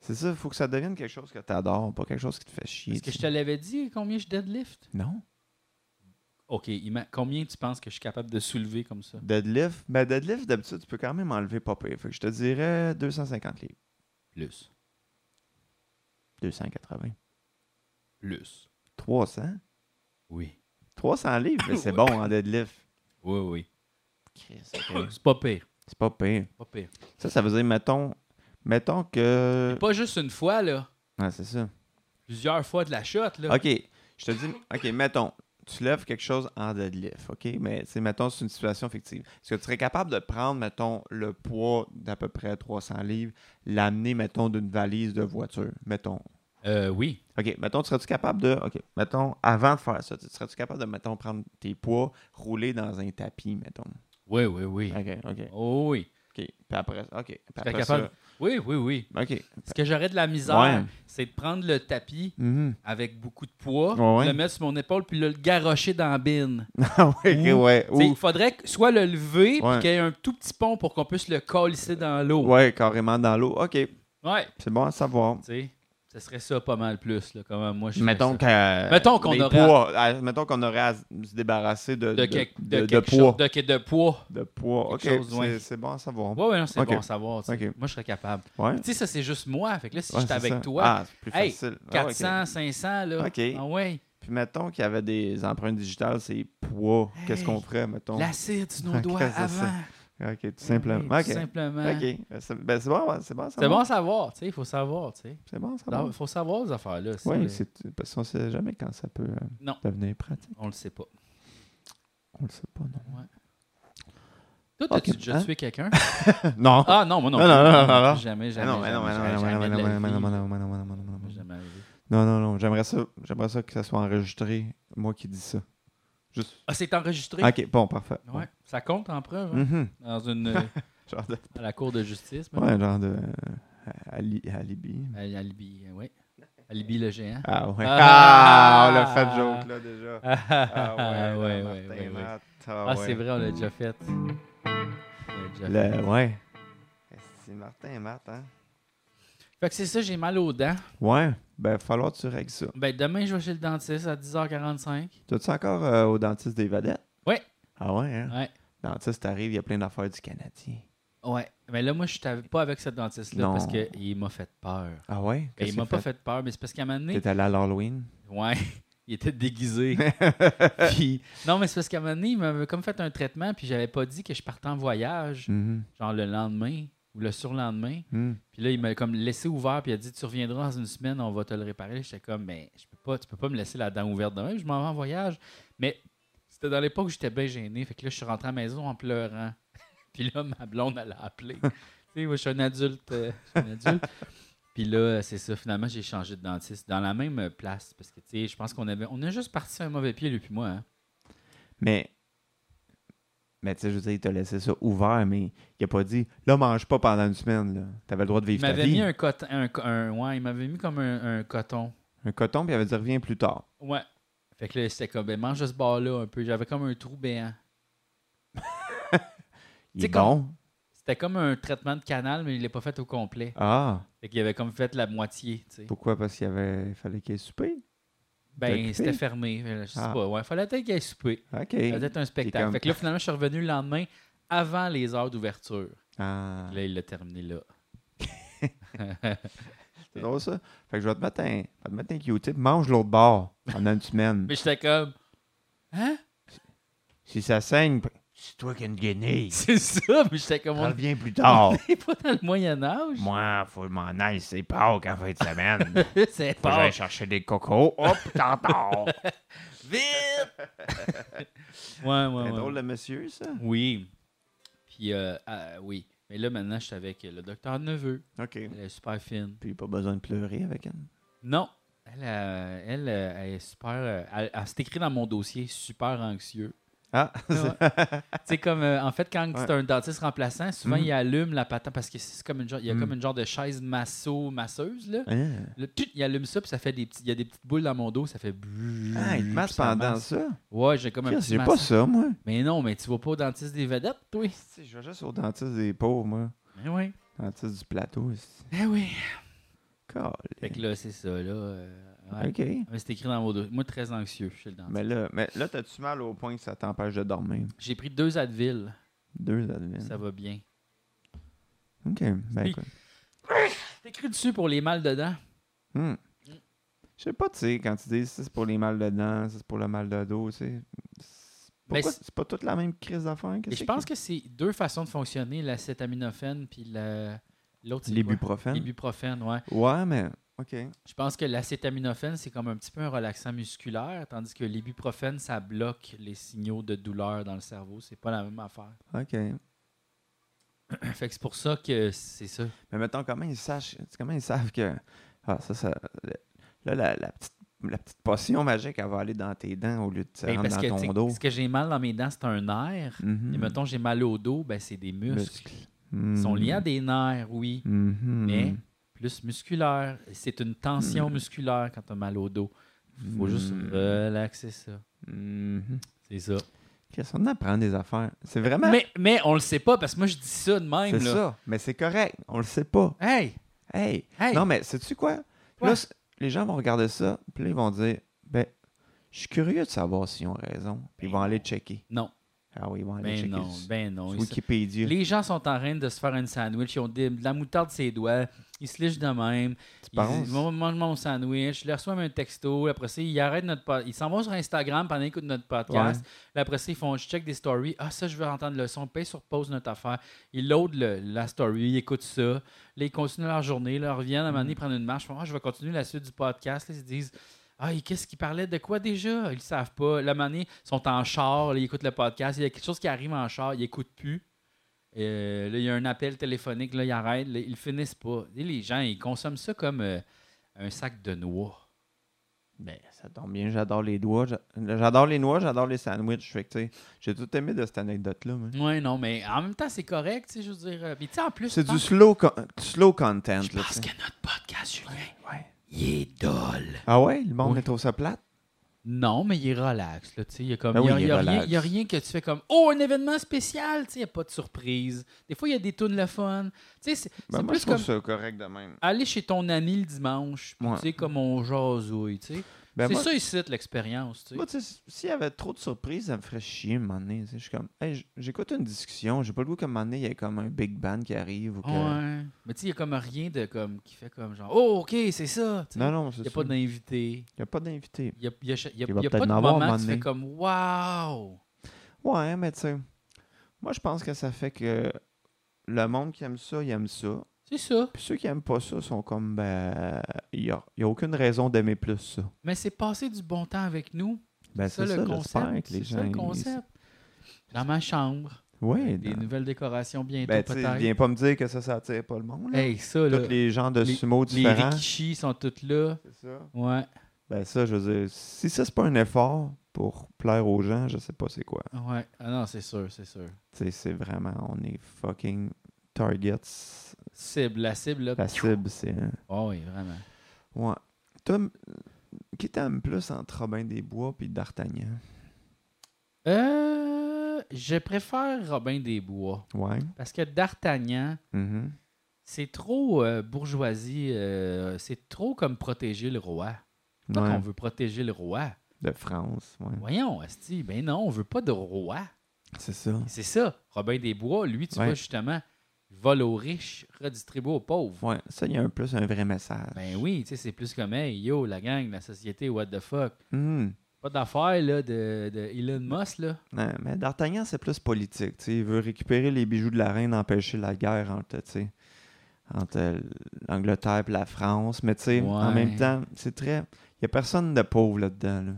Speaker 2: C'est ça, faut que ça devienne quelque chose que t'adores, pas quelque chose qui te fait chier.
Speaker 1: Est-ce que
Speaker 2: tu
Speaker 1: je
Speaker 2: sais.
Speaker 1: te l'avais dit combien je deadlift?
Speaker 2: Non.
Speaker 1: OK, ima- combien tu penses que je suis capable de soulever comme ça?
Speaker 2: Deadlift, ben deadlift, d'habitude, tu peux quand même enlever pas pire. Fait que je te dirais 250 livres.
Speaker 1: Plus.
Speaker 2: 280.
Speaker 1: Plus.
Speaker 2: 300?
Speaker 1: Oui.
Speaker 2: 300 livres,
Speaker 1: *laughs*
Speaker 2: mais c'est
Speaker 1: Ouais.
Speaker 2: bon en deadlift.
Speaker 1: Oui, oui.
Speaker 2: Chris, ok.
Speaker 1: C'est pas pire.
Speaker 2: C'est pas pire.
Speaker 1: Pas pire.
Speaker 2: Ça, ça veut dire, mettons, mettons que...
Speaker 1: Pas juste une fois, là.
Speaker 2: Ah, c'est ça.
Speaker 1: Plusieurs fois de la shot, là.
Speaker 2: OK. Je te dis, OK, mettons, tu lèves quelque chose en deadlift, OK? Mais, tu sais, mettons, c'est une situation fictive. Est-ce que tu serais capable de prendre, mettons, le poids d'à peu près 300 livres, l'amener, mettons, d'une valise de voiture, mettons?
Speaker 1: Euh, oui.
Speaker 2: OK, mettons, serais-tu capable de... OK, mettons, avant de faire ça, tu- serais-tu capable de, mettons, prendre tes poids, rouler dans un tapis, mettons?
Speaker 1: Oui, oui, oui.
Speaker 2: OK, OK,
Speaker 1: Oh, oui.
Speaker 2: OK. Puis après, OK. Puis après
Speaker 1: capable. Oui, oui, oui.
Speaker 2: ça- OK.
Speaker 1: Ce que j'aurais de la misère,
Speaker 2: Ouais.
Speaker 1: c'est de prendre le tapis
Speaker 2: Mhm.
Speaker 1: avec beaucoup de poids,
Speaker 2: Ouais, ouais.
Speaker 1: le mettre sur mon épaule, puis là, le garrocher dans la bine.
Speaker 2: Ah *laughs* ouais,
Speaker 1: Ou-
Speaker 2: ouais.
Speaker 1: Tu sais,
Speaker 2: Ou-
Speaker 1: Il faudrait que soit le lever, puis
Speaker 2: Ouais.
Speaker 1: qu'il y ait un tout petit pont pour qu'on puisse le colisser dans l'eau.
Speaker 2: Ouais, carrément dans l'eau. OK,
Speaker 1: ouais.
Speaker 2: c'est bon à savoir.
Speaker 1: Tu sais, ce serait ça pas mal plus, là, comment moi je ferais
Speaker 2: Mettons
Speaker 1: ça.
Speaker 2: que-
Speaker 1: Mettons qu'on
Speaker 2: des
Speaker 1: aurait-
Speaker 2: poids, à- mettons qu'on aurait à se débarrasser de,
Speaker 1: de,
Speaker 2: de-
Speaker 1: quelque- de
Speaker 2: de- de
Speaker 1: quelque
Speaker 2: poids.
Speaker 1: chose- de, que- de poids.
Speaker 2: De poids. OK,
Speaker 1: quelque chose,
Speaker 2: c'est-
Speaker 1: ouais.
Speaker 2: c'est bon à savoir.
Speaker 1: Ouais, ouais, non, c'est
Speaker 2: Ok.
Speaker 1: bon à savoir. tu sais.
Speaker 2: Ok.
Speaker 1: Moi, je serais capable.
Speaker 2: Ouais.
Speaker 1: Tu sais, ça, c'est juste moi. Fait que là, si
Speaker 2: Ouais,
Speaker 1: j'étais
Speaker 2: c'est
Speaker 1: avec
Speaker 2: ça.
Speaker 1: toi,
Speaker 2: Ah, c'est plus
Speaker 1: Hey,
Speaker 2: facile. Ah,
Speaker 1: 400,
Speaker 2: OK.
Speaker 1: 500, là.
Speaker 2: OK.
Speaker 1: Ah ouais.
Speaker 2: Puis mettons qu'il y avait des empreintes digitales, c'est poids. Qu'est-ce
Speaker 1: Hey,
Speaker 2: qu'on ferait, mettons?
Speaker 1: L'acide sur nos
Speaker 2: *laughs* Ok,
Speaker 1: doigts
Speaker 2: c'est ça.
Speaker 1: avant.
Speaker 2: OK, tout simplement.
Speaker 1: Oui,
Speaker 2: OK.
Speaker 1: tout simplement.
Speaker 2: OK. Euh, C'est ben, c'est bon, ouais, c'est bon à
Speaker 1: C'est bon
Speaker 2: savoir.
Speaker 1: à savoir, tu sais. Il faut savoir, tu sais.
Speaker 2: C'est bon à savoir.
Speaker 1: Il faut savoir ces affaires-là. ça,
Speaker 2: Oui,
Speaker 1: là.
Speaker 2: c'est- parce qu'on ne sait jamais quand ça peut euh,
Speaker 1: Non.
Speaker 2: devenir pratique.
Speaker 1: On le sait pas.
Speaker 2: On le sait pas, non.
Speaker 1: Toi, t'as-tu
Speaker 2: Ok,
Speaker 1: déjà
Speaker 2: hein?
Speaker 1: tué quelqu'un?
Speaker 2: non.
Speaker 1: Ah non, moi non.
Speaker 2: Non,
Speaker 1: plus.
Speaker 2: non, non, non, non.
Speaker 1: Jamais,
Speaker 2: Ah
Speaker 1: jamais.
Speaker 2: non, ah non, ah non, ah non, ah non, ah non, ah non, ah non, ah
Speaker 1: jamais.
Speaker 2: non, ah non, ah non, ah non, ah non, ah non.
Speaker 1: Jamais. arrivé.
Speaker 2: Non, non, non. J'aimerais ça, j'aimerais ça que ça soit enregistré, moi qui dis ça. Juste.
Speaker 1: Ah, c'est enregistré?
Speaker 2: Ok, bon, parfait.
Speaker 1: Ouais. Ça compte en preuve, hein,
Speaker 2: Mhm.
Speaker 1: dans
Speaker 2: *laughs*
Speaker 1: une...
Speaker 2: Genre de.
Speaker 1: À la cour de justice, même.
Speaker 2: Ouais, genre de. euh, Ali- alibi.
Speaker 1: Ali- Alibi, oui. Alibi le géant.
Speaker 2: Ah ouais.
Speaker 1: Ah!
Speaker 2: Ah, on l'a fait joke là déjà. Ah ouais,
Speaker 1: ouais,
Speaker 2: là,
Speaker 1: ouais,
Speaker 2: Martin
Speaker 1: ouais, ouais.
Speaker 2: Matt,
Speaker 1: Ah, c'est
Speaker 2: ouais. Hmm.
Speaker 1: vrai, on l'a déjà fait. On l'a déjà fait.
Speaker 2: Le- ouais. C'est Martin et Matt, hein?
Speaker 1: Fait que c'est ça, j'ai mal aux dents.
Speaker 2: Ouais. Ben, falloir que tu règles ça.
Speaker 1: Ben, demain, je vais chez le dentiste à 10h45.
Speaker 2: T'as-tu encore euh, au dentiste des vedettes?
Speaker 1: Ouais.
Speaker 2: Ah ouais, hein?
Speaker 1: Ouais.
Speaker 2: Dentiste arrive, il y a plein d'affaires du Canadien.
Speaker 1: Ouais. Mais Ben, là, moi, je suis av- pas avec cette dentiste-là
Speaker 2: Non.
Speaker 1: parce qu'il m'a fait peur.
Speaker 2: Ah ouais?
Speaker 1: Ben,
Speaker 2: Qu'est-ce
Speaker 1: il m'a
Speaker 2: qu'il
Speaker 1: pas fait peur, mais c'est parce qu'à un moment donné.
Speaker 2: T'es allé à l'Halloween?
Speaker 1: Ouais. *laughs* Il était déguisé. Puis- non, mais c'est parce qu'à un moment donné, il m'avait comme fait un traitement, puis j'avais pas dit que je partais en voyage,
Speaker 2: Mhm,
Speaker 1: genre le lendemain ou le surlendemain.
Speaker 2: mhm.
Speaker 1: Puis là, il m'a comme laissé ouvert, puis il a dit Tu reviendras dans une semaine, on va te le réparer. J'étais comme Mais je peux pas, tu peux pas me laisser la dent ouverte demain, je m'en vais en voyage. Mais c'était dans l'époque où j'étais bien gêné. Fait que là, je suis rentré à la maison en pleurant. *laughs* puis là, ma blonde, elle a appelé. *laughs* tu sais, moi, je suis un adulte. euh, je suis un adulte. puis là, c'est ça. Finalement, j'ai changé de dentiste dans la même place. Parce que, tu sais, je pense qu'on avait. On a juste parti sur un mauvais pied, lui, puis moi. hein.
Speaker 2: Mais, mais tu sais, je veux dire, il t'a laissé ça ouvert, mais il a pas dit, là, mange pas pendant une semaine, là. T'avais le droit de
Speaker 1: Il
Speaker 2: vivre ta
Speaker 1: m'avait
Speaker 2: vie.
Speaker 1: mis
Speaker 2: Un...
Speaker 1: un coton. Un, co- un- ouais, il m'avait mis comme un- un coton.
Speaker 2: coton, puis il avait dit, reviens plus tard.
Speaker 1: Ouais. Fait que là, c'était comme, ben, mange ce bar-là un peu. J'avais comme un trou béant. Tu
Speaker 2: Il est
Speaker 1: sais, quand-
Speaker 2: bon.
Speaker 1: C'était comme un traitement de canal, mais il l'a pas fait au complet.
Speaker 2: Ah,
Speaker 1: Fait qu'il avait comme fait la moitié, tu sais.
Speaker 2: pourquoi? Parce qu'il avait... il fallait qu'il ait soupé?
Speaker 1: Ben,
Speaker 2: t'occupé?
Speaker 1: c'était fermé. Fait là, Je sais
Speaker 2: Ah.
Speaker 1: pas. Ouais, fallait peut-être qu'il aille souper.
Speaker 2: OK.
Speaker 1: Fallait peut-être un spectacle.
Speaker 2: comme-
Speaker 1: Fait que là, finalement, je suis revenu le lendemain avant les heures d'ouverture.
Speaker 2: Ah,
Speaker 1: Là, il l'a terminé là.
Speaker 2: c'est drôle, ça. Fait que je vais te mettre un, je vais te mettre un Q-tip. Mange l'autre bord pendant une semaine.
Speaker 1: *laughs* Mais j'étais comme, hein?
Speaker 2: Si ça saigne, c'est toi qui as une guenille.
Speaker 1: C'est ça? Mais j'étais comme, on
Speaker 2: Reviens plus tard.
Speaker 1: n'est pas dans le Moyen-Âge.
Speaker 2: Moi, faut que je m'en aille, c'est Pâques en fin de semaine.
Speaker 1: *laughs* C'est
Speaker 2: Faut que j'aille
Speaker 1: pas.
Speaker 2: chercher des cocos. Hop, t'entends.
Speaker 1: Vite! ouais,
Speaker 2: *laughs*
Speaker 1: ouais,
Speaker 2: C'est
Speaker 1: ouais.
Speaker 2: drôle, le monsieur, ça.
Speaker 1: Oui. Puis, euh, ah, oui. Mais là, maintenant, je suis avec le docteur Neveu.
Speaker 2: OK.
Speaker 1: Elle est super fine.
Speaker 2: Puis, pas besoin de pleurer avec elle.
Speaker 1: Non. Elle, euh, elle, euh, elle est super. euh, Elle, elle s'est écrit dans mon dossier super anxieux.
Speaker 2: Ah,
Speaker 1: Ouais. *laughs* tu sais, comme. euh, en fait, quand
Speaker 2: Ouais.
Speaker 1: c'est un dentiste remplaçant, souvent,
Speaker 2: Mhm.
Speaker 1: il allume la patente parce que c'est comme une genre, il y a
Speaker 2: Mhm.
Speaker 1: comme une genre de chaise masso-masseuse, là.
Speaker 2: ah.
Speaker 1: Là, tut, il allume ça, puis ça fait des petits, il y a des petites boules dans mon dos, ça fait. brrrr,
Speaker 2: Ah, il te masse
Speaker 1: puis ça
Speaker 2: pendant
Speaker 1: masse.
Speaker 2: ça.
Speaker 1: Ouais, j'ai comme un
Speaker 2: Chris,
Speaker 1: petit
Speaker 2: J'ai pas
Speaker 1: massage.
Speaker 2: ça, moi.
Speaker 1: Mais non, mais tu vas pas au dentiste des vedettes, toi.
Speaker 2: Si, je vais juste au dentiste des pauvres, moi.
Speaker 1: Ben oui.
Speaker 2: Dentiste du plateau. c'est-
Speaker 1: Ben oui. Fait
Speaker 2: Calé.
Speaker 1: que là, c'est ça, là. euh, ouais.
Speaker 2: OK.
Speaker 1: Mais c'est écrit dans mon dos. Moi, très anxieux, je suis le dentiste.
Speaker 2: Mais là, mais là t'as-tu mal au point que ça t'empêche de dormir?
Speaker 1: J'ai pris deux Advil.
Speaker 2: Deux advents.
Speaker 1: Ça va bien.
Speaker 2: OK. Ben,
Speaker 1: Oui.
Speaker 2: écoute.
Speaker 1: C'est écrit dessus pour les mal dedans.
Speaker 2: Hmm. Je sais pas, tu sais, quand tu dis ça, c'est pour les mal de dents, ça, c'est pour le mal de dos, tu sais. C'est-
Speaker 1: Mais
Speaker 2: Pourquoi
Speaker 1: c'est-
Speaker 2: c'est pas toute la même crise d'affaires?
Speaker 1: Et
Speaker 2: Qu'est-ce
Speaker 1: je pense que c'est deux façons de fonctionner, l'acétaminophène puis la- l'autre, c'est quoi?
Speaker 2: L'ibuprofène.
Speaker 1: L'ibuprofène, ouais.
Speaker 2: Ouais, mais. OK.
Speaker 1: Je pense que l'acétaminophène, c'est comme un petit peu un relaxant musculaire, tandis que l'ibuprofène, ça bloque les signaux de douleur dans le cerveau. C'est pas la même
Speaker 2: *clears throat*
Speaker 1: affaire.
Speaker 2: OK. Mais
Speaker 1: fait que c'est pour ça que c'est ça.
Speaker 2: mettons, comment ils, sachent, comment ils savent que. Ah, ça, ça. Là, la, la petite, la petite potion magique, elle va aller dans tes dents au lieu de se
Speaker 1: Ben,
Speaker 2: rendre
Speaker 1: parce que
Speaker 2: dans
Speaker 1: tu
Speaker 2: ton
Speaker 1: sais,
Speaker 2: dos.
Speaker 1: ce que j'ai mal dans mes dents, c'est un nerf.
Speaker 2: Mhm.
Speaker 1: Et mettons, j'ai mal au dos, ben, c'est des muscles.
Speaker 2: Muscles.
Speaker 1: Ils sont
Speaker 2: Mhm.
Speaker 1: liés à des nerfs, oui,
Speaker 2: Mhm.
Speaker 1: mais plus musculaires. C'est une tension
Speaker 2: Hmm.
Speaker 1: musculaire quand tu as mal au dos. Il faut juste
Speaker 2: Mhm.
Speaker 1: relaxer ça.
Speaker 2: Mhm.
Speaker 1: C'est ça.
Speaker 2: Chris, on apprend des affaires. C'est vraiment.
Speaker 1: Mais, mais on le sait pas parce que moi, je dis ça de même.
Speaker 2: c'est
Speaker 1: là.
Speaker 2: ça. Mais c'est correct. On le sait pas.
Speaker 1: Hey,
Speaker 2: Hey!
Speaker 1: hey.
Speaker 2: Non, mais sais-tu quoi?
Speaker 1: Quoi?
Speaker 2: Là, c- les gens vont regarder ça, puis là, ils vont dire, ben, je suis curieux de savoir s'ils ont raison. Puis ils vont aller checker.
Speaker 1: Ben Non,
Speaker 2: Ah oui, ils vont aller
Speaker 1: ben
Speaker 2: checker.
Speaker 1: non,
Speaker 2: sur-
Speaker 1: ben non.
Speaker 2: sur
Speaker 1: Ils-
Speaker 2: Wikipédia.
Speaker 1: Les gens sont en train de se faire un sandwich. Ils ont des- de la moutarde sur les doigts. Ils se lichent de même. Ils
Speaker 2: penses?
Speaker 1: disent, mange mange mon sandwich. Je leur reçois un texto. Après ça, ils arrêtent notre pod- Ils s'en vont sur Instagram pendant qu'ils écoutent notre podcast. Là, après ça, ils font je check des stories. Ah, ça, je veux entendre le son. Paye sur pause notre affaire. Ils loadent le- la story. Ils écoutent ça. Là, ils continuent leur journée. Là, ils reviennent à un moment donné prendre une marche. Ils font, Ah, je vais continuer la suite du podcast. Là, ils se disent Ah, et qu'est-ce qu'ils parlaient de quoi déjà Ils le savent pas. Là, à un moment donné, ils sont en char. là, ils écoutent le podcast. Il y a quelque chose qui arrive en char. Ils n'écoutent plus. Euh, là, il y a un appel téléphonique, là, ils arrêtent, là, ils finissent pas. Et les gens, ils consomment ça comme euh, un sac de noix.
Speaker 2: Ben, ça tombe bien, j'adore les doigts. j'a- J'adore les noix, j'adore les sandwichs. Fait que, tu sais, j'ai tout aimé de cette anecdote-là. moi.
Speaker 1: Ouais, non, mais en même temps, c'est correct, tu sais, je veux dire. euh, Puis tu sais, en plus,
Speaker 2: C'est
Speaker 1: je
Speaker 2: du
Speaker 1: pense,
Speaker 2: slow, con- slow content.
Speaker 1: je
Speaker 2: là,
Speaker 1: pense
Speaker 2: tu sais.
Speaker 1: que notre podcast, Julien,
Speaker 2: hein. Ouais.
Speaker 1: il est dole.
Speaker 2: Ah ouais? Le monde
Speaker 1: Oui.
Speaker 2: est trop ça plate?
Speaker 1: Non, mais il est relax. Là, tu sais, il n'y a, comme-
Speaker 2: Ben
Speaker 1: il y a-
Speaker 2: oui, il est
Speaker 1: il y a rien,
Speaker 2: relax.
Speaker 1: il y a rien que tu fais comme Oh, un événement spécial. tu sais, Il n'y a pas de surprise. Des fois, il y a des tunes le fun. Tu sais, C'est
Speaker 2: Ben,
Speaker 1: c'est
Speaker 2: moi, je
Speaker 1: plus
Speaker 2: trouve
Speaker 1: comme
Speaker 2: ça correct de même.
Speaker 1: aller chez ton ami le dimanche. puis
Speaker 2: Ouais.
Speaker 1: Tu sais, comme on jasouille. tu sais.
Speaker 2: Ben,
Speaker 1: c'est
Speaker 2: moi,
Speaker 1: ça, ici, l'expérience. tu sais.
Speaker 2: moi, tu sais, s'il y avait trop de surprises, ça me ferait chier, un moment donné. tu sais. Je suis comme, hey, j- j'écoute une discussion, j'ai pas le goût qu'à un moment donné, il y ait comme un big band qui arrive ou que...
Speaker 1: Ouais. Mais tu sais, il n'y a comme rien de comme qui fait comme genre Oh, OK, c'est ça. tu sais.
Speaker 2: Non, non,
Speaker 1: Il
Speaker 2: c'est
Speaker 1: n'y a
Speaker 2: ça.
Speaker 1: pas d'invité.
Speaker 2: Il n'y a pas d'invité.
Speaker 1: Il n'y a, il y a- il y a-
Speaker 2: Il va
Speaker 1: il y a
Speaker 2: peut-être
Speaker 1: pas de
Speaker 2: en avoir un
Speaker 1: moment
Speaker 2: moment
Speaker 1: que tu fais
Speaker 2: donné.
Speaker 1: comme Wow.
Speaker 2: Ouais, mais tu sais, moi, je pense que ça fait que le monde qui aime ça, il aime ça.
Speaker 1: C'est ça.
Speaker 2: Puis ceux qui aiment pas ça sont comme, ben, il n'y a, il y a aucune raison d'aimer plus ça.
Speaker 1: Mais c'est passer du bon temps avec nous.
Speaker 2: Ben,
Speaker 1: C'est ça, le
Speaker 2: j'espère
Speaker 1: concept.
Speaker 2: que les
Speaker 1: C'est ça
Speaker 2: gens,
Speaker 1: le
Speaker 2: ils-
Speaker 1: concept. Dans ma chambre.
Speaker 2: Ouais,
Speaker 1: avec des
Speaker 2: dans-
Speaker 1: nouvelles décorations bientôt
Speaker 2: ben, tu sais,
Speaker 1: peut-être.
Speaker 2: viens pas me dire que ça, ça attire pas le monde. là.
Speaker 1: Hey, ça, là,
Speaker 2: Tous
Speaker 1: les,
Speaker 2: les gens de
Speaker 1: les-
Speaker 2: sumo différents.
Speaker 1: rikishis sont toutes là.
Speaker 2: C'est ça.
Speaker 1: Ouais,
Speaker 2: Ben ça, je veux dire, si ça, c'est pas un effort pour plaire aux gens, je sais pas c'est quoi.
Speaker 1: ouais. Ah non, c'est sûr, c'est sûr.
Speaker 2: Tu sais, c'est vraiment, on est fucking targets.
Speaker 1: Cible, la cible, là.
Speaker 2: La cible, c'est...
Speaker 1: Oh, oui, vraiment.
Speaker 2: Ouais. Toi, m- qui t'aimes plus entre Robin des Bois puis D'Artagnan?
Speaker 1: Euh, je préfère Robin des Bois.
Speaker 2: Ouais.
Speaker 1: Parce que D'Artagnan,
Speaker 2: Mhm.
Speaker 1: c'est trop euh, bourgeoisie. euh, c'est trop comme protéger le roi. Pourquoi
Speaker 2: Ouais.
Speaker 1: qu'on veut protéger le roi?
Speaker 2: De France, ouais.
Speaker 1: Voyons, Asti, ben non, on veut pas de roi.
Speaker 2: C'est ça.
Speaker 1: C'est ça. Robin des Bois, lui, tu
Speaker 2: Ouais.
Speaker 1: vois, justement, vole aux riches, redistribue aux pauvres.
Speaker 2: Ouais, ça, il y a un plus un vrai message.
Speaker 1: Ben oui, tu sais, c'est plus comme, hey, yo, la gang, la société, what the fuck.
Speaker 2: Mhm.
Speaker 1: Pas d'affaire, là, de, de Elon Musk, là.
Speaker 2: Ouais, mais D'Artagnan, c'est plus politique. tu sais. Il veut récupérer les bijoux de la reine, empêcher la guerre entre, tu sais, entre euh, l'Angleterre et la France. Mais tu sais, en
Speaker 1: Ouais.
Speaker 2: même temps, c'est très. Il n'y a personne de pauvre là-dedans. là.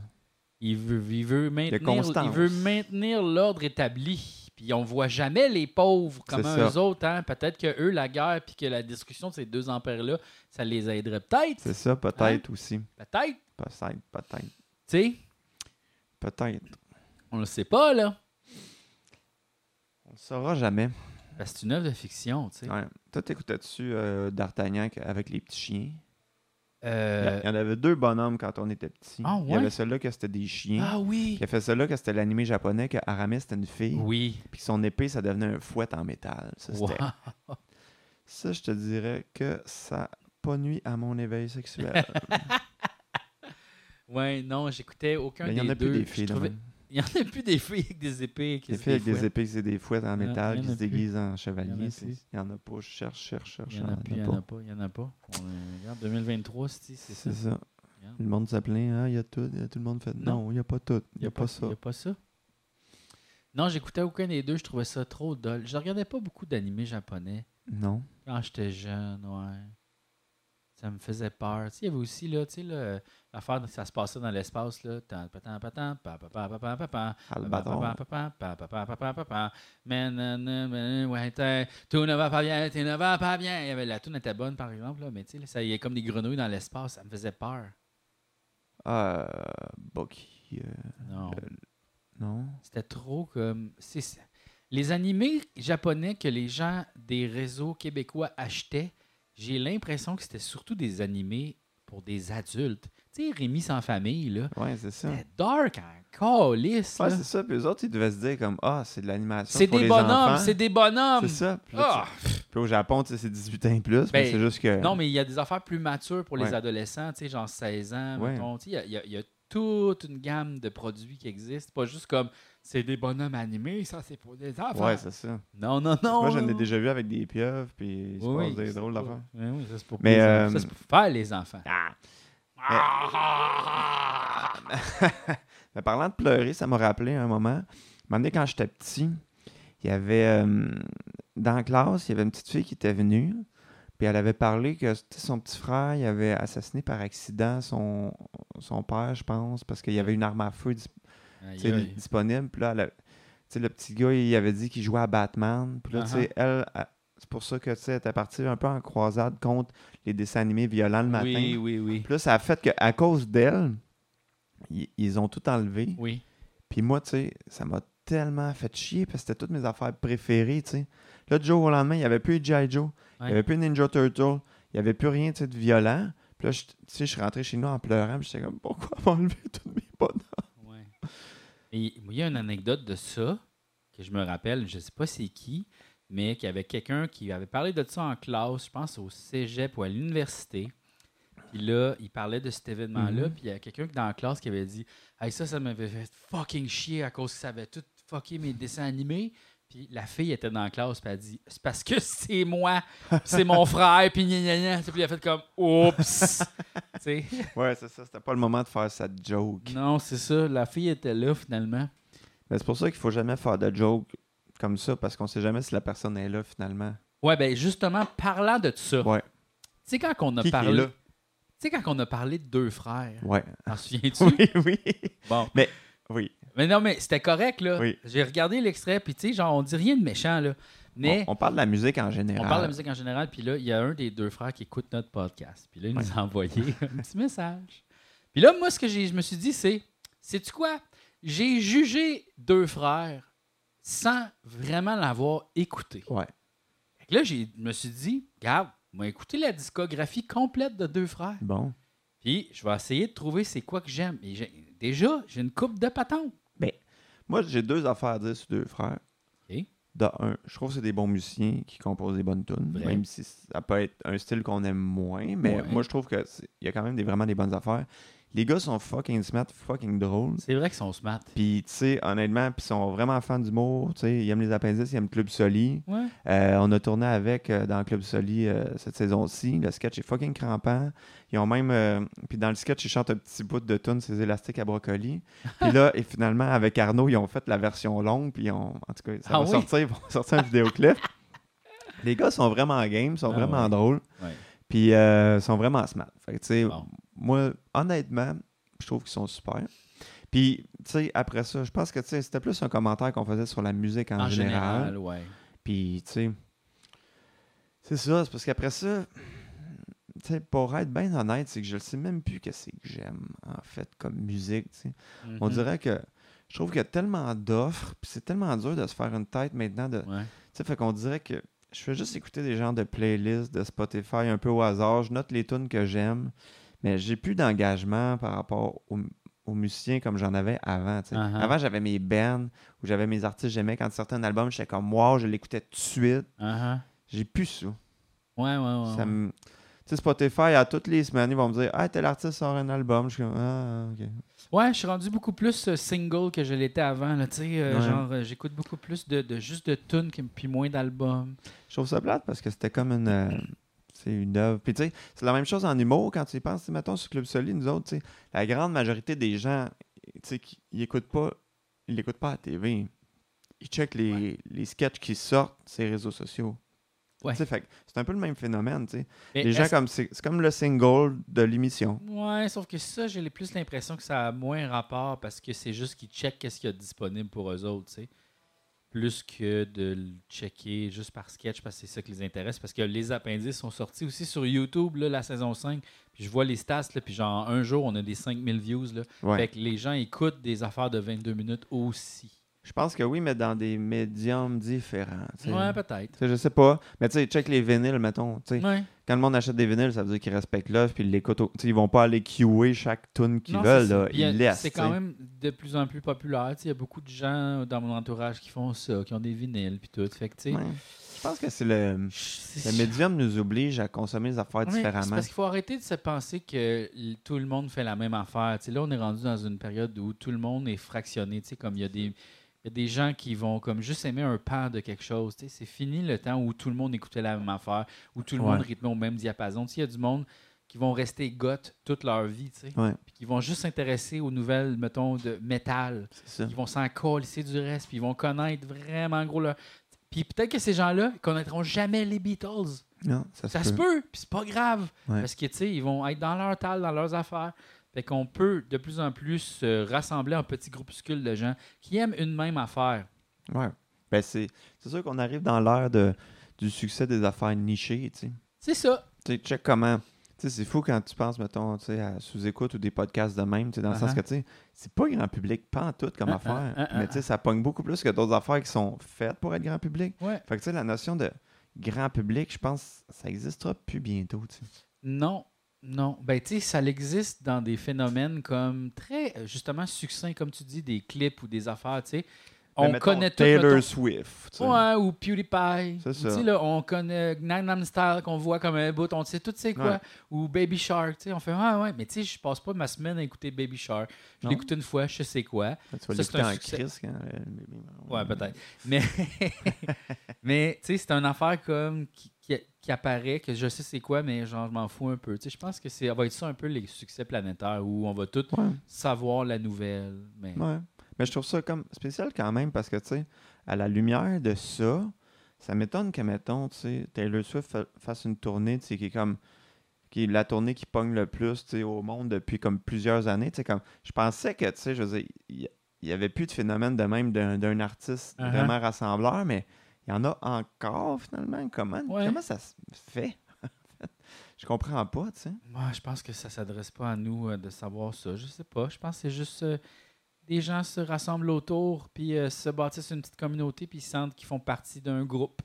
Speaker 1: Il veut, il veut maintenir, il
Speaker 2: constance.
Speaker 1: veut maintenir l'ordre établi. Puis on voit jamais les pauvres comme
Speaker 2: C'est ça.
Speaker 1: eux autres, hein. Peut-être que eux, la guerre, puis que la discussion de ces deux ampères-là, ça les aiderait peut-être.
Speaker 2: C'est ça,
Speaker 1: Hein?
Speaker 2: peut-être aussi.
Speaker 1: Peut-être,
Speaker 2: Peut-être, peut-être,
Speaker 1: tu sais.
Speaker 2: peut-être.
Speaker 1: On le sait pas, là.
Speaker 2: On ne saura jamais.
Speaker 1: Parce que c'est une œuvre de fiction, tu sais.
Speaker 2: Ouais. Toi, t'écoutais-tu euh, D'Artagnan qu- avec les petits chiens? Il y a-
Speaker 1: Euh,
Speaker 2: Il y en avait deux bonhommes quand on était petits.
Speaker 1: Ah
Speaker 2: Il y avait
Speaker 1: ouais?
Speaker 2: celui-là que c'était des chiens.
Speaker 1: Ah oui!
Speaker 2: Il y avait celui-là que c'était l'animé japonais, que Aramis c'était une fille.
Speaker 1: Oui.
Speaker 2: Puis son épée, ça devenait un fouet en métal. Ça, c'était-
Speaker 1: Wow.
Speaker 2: ça, je te dirais que ça pas nuit à mon éveil
Speaker 1: *laughs*
Speaker 2: sexuel.
Speaker 1: Ouais, non, j'écoutais aucun
Speaker 2: Mais Ben, il
Speaker 1: des
Speaker 2: n'y en a
Speaker 1: deux.
Speaker 2: plus des
Speaker 1: Je
Speaker 2: filles. là,
Speaker 1: trouvais-
Speaker 2: même.
Speaker 1: *laughs* Il y en a plus des filles avec des épées. qui
Speaker 2: Des
Speaker 1: se
Speaker 2: filles avec des
Speaker 1: défouettent.
Speaker 2: épées, c'est des fouettes en
Speaker 1: Il y en a- il
Speaker 2: métal
Speaker 1: y
Speaker 2: qui
Speaker 1: en
Speaker 2: se
Speaker 1: a plus.
Speaker 2: déguisent en
Speaker 1: Il y en
Speaker 2: chevalier.
Speaker 1: a
Speaker 2: c'est-
Speaker 1: plus.
Speaker 2: Il n'y en a pas. Je cherche, cherche, cherche.
Speaker 1: Il y en a plus, il y
Speaker 2: pas.
Speaker 1: en a pas, il y en a pas. On est- regarde, 2023, c'est c'est ça.
Speaker 2: C'est ça.
Speaker 1: Regarde.
Speaker 2: Le monde se plaint, hein, il y a tout, il y a tout le monde fait.
Speaker 1: Non.
Speaker 2: Non, il n'y a pas tout, il n'y a, pas, ça.
Speaker 1: Il y a pas ça. Non, j'écoutais aucun des deux, je trouvais ça trop dol. Je regardais pas beaucoup d'animés japonais
Speaker 2: Non.
Speaker 1: quand j'étais jeune, ouais. Ça me faisait peur. Tu sais, il y avait aussi, là, tu sais, là, l'affaire que ça se passait dans l'espace, là. Tan, patan, patan, pa, pa, pa, pa, pa, pa, pa. bah.
Speaker 2: Albatron.
Speaker 1: Ouais, t'es- tout ne va pas bien, tout ne va pas bien. Il y avait la tune était bonne par exemple, là, mais tu sais, là, ça il y a comme des grenouilles dans l'espace, ça me faisait peur.
Speaker 2: Euh, Bucky. euh,
Speaker 1: Non,
Speaker 2: non.
Speaker 1: c'était trop comme c'est ça. les animés japonais que les gens des réseaux québécois achetaient. J'ai l'impression que c'était surtout des animés pour des adultes. Tu sais, Rémi sans famille là,
Speaker 2: Ouais, c'est ça.
Speaker 1: c'était dark en calice.
Speaker 2: Ouais,
Speaker 1: là.
Speaker 2: c'est ça. Puis eux autres, ils devaient se dire comme Ah, c'est de l'animation.
Speaker 1: c'est
Speaker 2: pour
Speaker 1: des
Speaker 2: les
Speaker 1: bonhommes,
Speaker 2: enfants.
Speaker 1: c'est des bonhommes.
Speaker 2: C'est ça. Puis, là,
Speaker 1: Ah!
Speaker 2: tu- puis au Japon, tu sais, c'est 18 ans et plus. mais
Speaker 1: Ben,
Speaker 2: c'est juste que.
Speaker 1: Non, mais il y a des affaires plus matures pour les
Speaker 2: Ouais.
Speaker 1: adolescents, tu sais, genre 16 ans,
Speaker 2: Ouais.
Speaker 1: mettons. Tu sais, Il y a- il y, a- il y a toute une gamme de produits qui existent. Pas juste comme c'est des bonhommes animés, ça c'est pour des enfants.
Speaker 2: Ouais, c'est ça.
Speaker 1: non, non, non.
Speaker 2: Moi, j'en ai déjà vu avec des pieuvres. Puis il se
Speaker 1: Oui,
Speaker 2: passe des
Speaker 1: c'est
Speaker 2: drôles
Speaker 1: pas-
Speaker 2: d'affaires.
Speaker 1: Oui, oui, ça c'est pour,
Speaker 2: Mais,
Speaker 1: les
Speaker 2: euh,
Speaker 1: enfants. Ça, c'est pour faire les enfants.
Speaker 2: Ah! Mais... Ah. Mais *laughs* parlant de pleurer, ça m'a rappelé un moment. Un moment donné, quand j'étais petit, il y avait. euh, dans la classe, il y avait une petite fille qui était venue. Puis elle avait parlé que tu sais, son petit frère, il avait assassiné par accident son, son père, je pense, parce qu'il y avait une arme à feu dis-
Speaker 1: Aïe,
Speaker 2: tu sais,
Speaker 1: aïe.
Speaker 2: disponible. Puis là, elle a- tu sais, le petit gars, il avait dit qu'il jouait à Batman. Puis là, tu
Speaker 1: Uh-huh.
Speaker 2: sais, elle, elle- c'est pour ça que tu sais, elle était partie un peu en croisade contre les dessins animés violents le matin.
Speaker 1: Oui, oui, oui.
Speaker 2: Puis là, ça a fait qu'à cause d'elle, ils, ils ont tout enlevé.
Speaker 1: Oui.
Speaker 2: Puis moi, tu sais, ça m'a tellement fait chier parce que c'était toutes mes affaires préférées, tu sais. Là, du jour au lendemain, il n'y avait plus G.I. Joe, il
Speaker 1: Ouais.
Speaker 2: n'y avait plus Ninja Turtle, il n'y avait plus rien, tu sais, de violent. Puis là, je- tu sais, je suis rentré chez nous en pleurant, puis j'étais comme, pourquoi m'enlever *laughs* toutes mes bonhomme.
Speaker 1: Ouais. Et il y a une anecdote de ça que je me rappelle, je ne sais pas c'est qui, mais qu'il y avait quelqu'un qui avait parlé de ça en classe, je pense au cégep ou à l'université. Puis là, il parlait de cet événement-là, puis il y a quelqu'un dans la classe qui avait dit Hey, ça, ça m'avait fait fucking chier à cause que ça avait tout fucké mes dessins animés. Puis la fille était dans la classe, puis elle a dit C'est parce que c'est moi, puis c'est *laughs* mon frère, puis gna gna gna. Puis il a fait comme Oups Tu sais.
Speaker 2: Ouais, c'est ça. C'était pas le moment de faire sa joke.
Speaker 1: Non, c'est ça, la fille était là finalement.
Speaker 2: Mais c'est pour ça qu'il faut jamais faire de joke comme ça, parce qu'on sait jamais si la personne est là finalement.
Speaker 1: Ouais, ben justement, parlant de ça,
Speaker 2: Ouais.
Speaker 1: tu sais, quand on a
Speaker 2: Qui qui est
Speaker 1: parlé.
Speaker 2: là?
Speaker 1: Tu sais, quand on a parlé de deux
Speaker 2: *laughs*
Speaker 1: frères, *laughs*
Speaker 2: Ouais.
Speaker 1: t'en souviens-tu?
Speaker 2: oui, *laughs* oui.
Speaker 1: Bon.
Speaker 2: Oui.
Speaker 1: Mais non, mais c'était correct, là.
Speaker 2: Oui.
Speaker 1: J'ai regardé l'extrait, puis tu sais, genre, on dit rien de méchant, là. Mais
Speaker 2: On, on parle de la musique en
Speaker 1: on,
Speaker 2: général.
Speaker 1: parle de la musique en général, puis là, il y a un des deux frères qui écoute notre podcast. Puis là, il nous a envoyé *laughs* un petit message. Puis là, moi, ce que j'ai- je me suis dit, c'est sais-tu quoi J'ai jugé deux frères sans vraiment l'avoir écouté.
Speaker 2: Ouais.
Speaker 1: Fait que Là, j'ai- je me suis dit, regarde, on va écouter la discographie complète de deux frères.
Speaker 2: Bon.
Speaker 1: Puis je vais essayer de trouver c'est quoi que j'aime. Et j'ai- Déjà, j'ai une coupe de patons.
Speaker 2: Moi, j'ai deux affaires à dire sur deux frères.
Speaker 1: Ok.
Speaker 2: De un, je trouve que c'est des bons musiciens qui composent des bonnes tunes,
Speaker 1: Vrai.
Speaker 2: même si ça peut être un style qu'on aime moins, mais
Speaker 1: Ouais.
Speaker 2: moi, je trouve qu'il y a quand même des, vraiment des bonnes affaires. Les gars sont fucking smart, fucking drôles.
Speaker 1: C'est vrai qu'ils sont smart.
Speaker 2: Puis, tu sais, honnêtement, puis ils sont vraiment fans d'humour. Tu sais, ils aiment les appendices, ils aiment Club Soli.
Speaker 1: Ouais.
Speaker 2: Euh, on a tourné avec euh, dans Club Soli euh, cette saison-ci. Le sketch est fucking crampant. Ils ont même. euh, puis dans le sketch, ils chantent un petit bout de tune, ces élastiques à brocoli. Puis là, et finalement, avec Arnaud, ils ont fait la version longue. Puis ils ont- en tout cas, ça
Speaker 1: Ah
Speaker 2: va
Speaker 1: oui?
Speaker 2: sortir. Ils vont *laughs* sortir un vidéoclip. Les gars sont vraiment game, sont
Speaker 1: Ah
Speaker 2: vraiment
Speaker 1: ouais.
Speaker 2: drôles.
Speaker 1: Ouais.
Speaker 2: Puis euh, sont vraiment smart. Fait que, tu sais,
Speaker 1: Bon.
Speaker 2: moi, honnêtement, je trouve qu'ils sont super. Puis, tu sais, après ça, je pense que tu sais, c'était plus un commentaire qu'on faisait sur la musique en,
Speaker 1: En
Speaker 2: général.
Speaker 1: général, ouais.
Speaker 2: Puis, tu sais, c'est ça, c'est parce qu'après ça, tu sais, pour être bien honnête, c'est que je ne sais même plus que c'est que j'aime, en fait, comme musique, tu sais. On
Speaker 1: Mhm.
Speaker 2: dirait que je trouve qu'il y a tellement d'offres, puis c'est tellement dur de se faire une tête maintenant. De, tu
Speaker 1: Ouais.
Speaker 2: sais, fait qu'on dirait que je fais juste écouter des genres de playlists de Spotify un peu au hasard. Je note les tunes que j'aime, mais j'ai plus d'engagement par rapport aux, aux musiciens comme j'en avais avant. tu sais.
Speaker 1: Uh-huh.
Speaker 2: Avant, j'avais mes bands où j'avais mes artistes, j'aimais quand certains albums, j'étais comme wow, je l'écoutais tout de suite.
Speaker 1: Uh-huh.
Speaker 2: J'ai plus ça.
Speaker 1: Ouais, ouais, ouais.
Speaker 2: Ça me- Tu sais, Spotify, à toutes les semaines, ils vont me dire Ah, tel artiste sort un album. Je suis comme Ah, ok.
Speaker 1: Ouais, je suis rendu beaucoup plus euh, single que je l'étais avant. Là, tu sais, euh,
Speaker 2: Ouais.
Speaker 1: genre, euh, j'écoute beaucoup plus de, de- juste de tunes que- puis moins d'albums.
Speaker 2: Je trouve ça plate parce que c'était comme une. euh, c'est une œuvre. Puis tu sais, c'est la même chose en humour quand tu y penses. Tu sais, Mettons sur Club Soli, nous autres, tu sais, la grande majorité des gens, tu sais, qui ils écoutent pas, ils l'écoutent pas à la TV. Ils checkent les, les sketchs qui sortent sur les réseaux sociaux.
Speaker 1: Ouais.
Speaker 2: Tu sais, fait que c'est un peu le même phénomène, tu sais.
Speaker 1: Mais
Speaker 2: Les gens
Speaker 1: est-ce-
Speaker 2: comme c'est c'est comme le single de l'émission.
Speaker 1: Ouais, sauf que ça, j'ai plus l'impression que ça a moins rapport parce que c'est juste qu'ils checkent qu'est-ce qu'il y a de disponible pour eux autres, tu sais. Plus que de le checker juste par sketch parce que c'est ça qui les intéresse. Parce que les appendices sont sortis aussi sur YouTube, là, la saison 5. Puis je vois les stats, là, puis genre, un jour, on a des 5000 views, là.
Speaker 2: Ouais.
Speaker 1: Fait que les gens écoutent des affaires de 22 minutes aussi.
Speaker 2: Je pense que oui, mais dans des médiums différents. tu sais.
Speaker 1: Ouais,
Speaker 2: Tu
Speaker 1: peut-être.
Speaker 2: sais, je sais pas. Mais tu sais, check les vinyles, mettons. tu sais.
Speaker 1: Ouais.
Speaker 2: quand le monde achète des vinyles, ça veut dire qu'ils respectent l'œuvre puis ils l'écoutent. au- tu sais, Ils vont pas aller queuer chaque tune qu'ils
Speaker 1: Non,
Speaker 2: veulent.
Speaker 1: c'est ça.
Speaker 2: Là.
Speaker 1: Puis, euh,
Speaker 2: Ils laissent.
Speaker 1: C'est
Speaker 2: tu
Speaker 1: quand
Speaker 2: sais.
Speaker 1: même de plus en plus populaire. tu sais, Il y a beaucoup de gens dans mon entourage qui font ça, qui ont des vinyles, puis tout. Fait que, tu sais,
Speaker 2: Ouais. Je pense que c'est le,
Speaker 1: c'est-
Speaker 2: le médium nous oblige à consommer les affaires
Speaker 1: Ouais, C'est
Speaker 2: différemment.
Speaker 1: parce qu'il faut arrêter de se penser que l- tout le monde fait la même affaire. Tu sais, là, on est rendu dans une période où tout le monde est fractionné. Tu sais, comme il y a des. il y a des gens qui vont comme juste aimer un pan de quelque chose. tu sais. C'est fini le temps où tout le monde écoutait la même affaire, où tout le
Speaker 2: Ouais.
Speaker 1: monde rythmait au même diapason. Tu sais, Il y a du monde qui vont rester goth toute leur vie, tu sais,
Speaker 2: Ouais.
Speaker 1: puis qui vont juste s'intéresser aux nouvelles, mettons, de métal.
Speaker 2: C'est ça.
Speaker 1: Ils vont s'en colisser du reste, puis ils vont connaître vraiment gros leur... Puis peut-être que ces gens-là ils connaîtront jamais les Beatles.
Speaker 2: Non, ça,
Speaker 1: Ça se peut, puis c'est pas grave.
Speaker 2: Ouais.
Speaker 1: Parce que, tu sais, ils vont être dans leur tal, dans leurs affaires. Fait qu'on peut de plus en plus se rassembler en petits groupuscules de gens qui aiment une même affaire.
Speaker 2: Ouais. Ben, c'est c'est sûr qu'on arrive dans l'ère de- du succès des affaires nichées. Tu sais.
Speaker 1: C'est ça.
Speaker 2: Tu sais, check comment. Tu sais, c'est fou quand tu penses, mettons, tu sais, à sous-écoute ou des podcasts de même, tu sais, dans le sens
Speaker 1: Uh-huh.
Speaker 2: que, tu sais, c'est pas grand public, pas en tout comme
Speaker 1: Uh-uh,
Speaker 2: affaire.
Speaker 1: uh-uh.
Speaker 2: Mais, tu sais, ça pogne beaucoup plus que d'autres affaires qui sont faites pour être grand public.
Speaker 1: Ouais.
Speaker 2: Fait que tu sais, la notion de grand public, je pense, ça n'existera plus bientôt. tu sais.
Speaker 1: Non. Non, ben tu sais, ça existe dans des phénomènes comme très, euh, justement, succinct, comme tu dis, des clips ou des affaires, tu sais.
Speaker 2: Mais
Speaker 1: On
Speaker 2: Ben, mettons
Speaker 1: connaît tout.
Speaker 2: Taylor
Speaker 1: mettons-
Speaker 2: Swift. tu sais.
Speaker 1: Ouais, ou PewDiePie.
Speaker 2: C'est ça.
Speaker 1: Tu sais, là, on connaît Gangnam Style qu'on voit comme un bout, on sait tout c'est quoi.
Speaker 2: Ouais.
Speaker 1: Ou Baby Shark, tu sais, on fait ah ouais, mais tu sais, je passe pas ma semaine à écouter Baby Shark. Je
Speaker 2: Non.
Speaker 1: l'écoute une fois, je sais quoi.
Speaker 2: Tu vas
Speaker 1: Ça, c'est
Speaker 2: l'écouter
Speaker 1: un
Speaker 2: en
Speaker 1: succès.
Speaker 2: crise quand. euh,
Speaker 1: Ouais, peut-être.
Speaker 2: *laughs*
Speaker 1: Mais, mais tu sais, c'est une affaire comme qui, qui- qui apparaît, que je sais c'est quoi, mais genre, je m'en fous un peu. Tu sais, je pense que c'est, ça va être ça un peu les succès planétaires où on va tout
Speaker 2: Ouais.
Speaker 1: savoir la nouvelle. Mais
Speaker 2: Ouais. Mais je trouve ça comme spécial quand même parce que, tu sais, à la lumière de ça, ça m'étonne que, mettons, tu sais, Taylor Swift fa- fasse une tournée, tu sais, qui est comme. qui est la tournée qui pogne le plus, tu sais, au monde depuis comme plusieurs années. Tu sais, comme. Je pensais que, tu sais, je veux dire, il n'y avait plus de phénomène de même d'un d'un artiste
Speaker 1: Uh-huh.
Speaker 2: vraiment rassembleur, mais il y en a encore finalement. Comment,
Speaker 1: Ouais.
Speaker 2: comment ça se fait? *laughs* je comprends pas, tu sais.
Speaker 1: moi, je pense que ça s'adresse pas à nous euh, de savoir ça. Je sais pas. Je pense que c'est juste euh, des gens se rassemblent autour, puis euh, se bâtissent une petite communauté, puis ils sentent qu'ils font partie d'un groupe.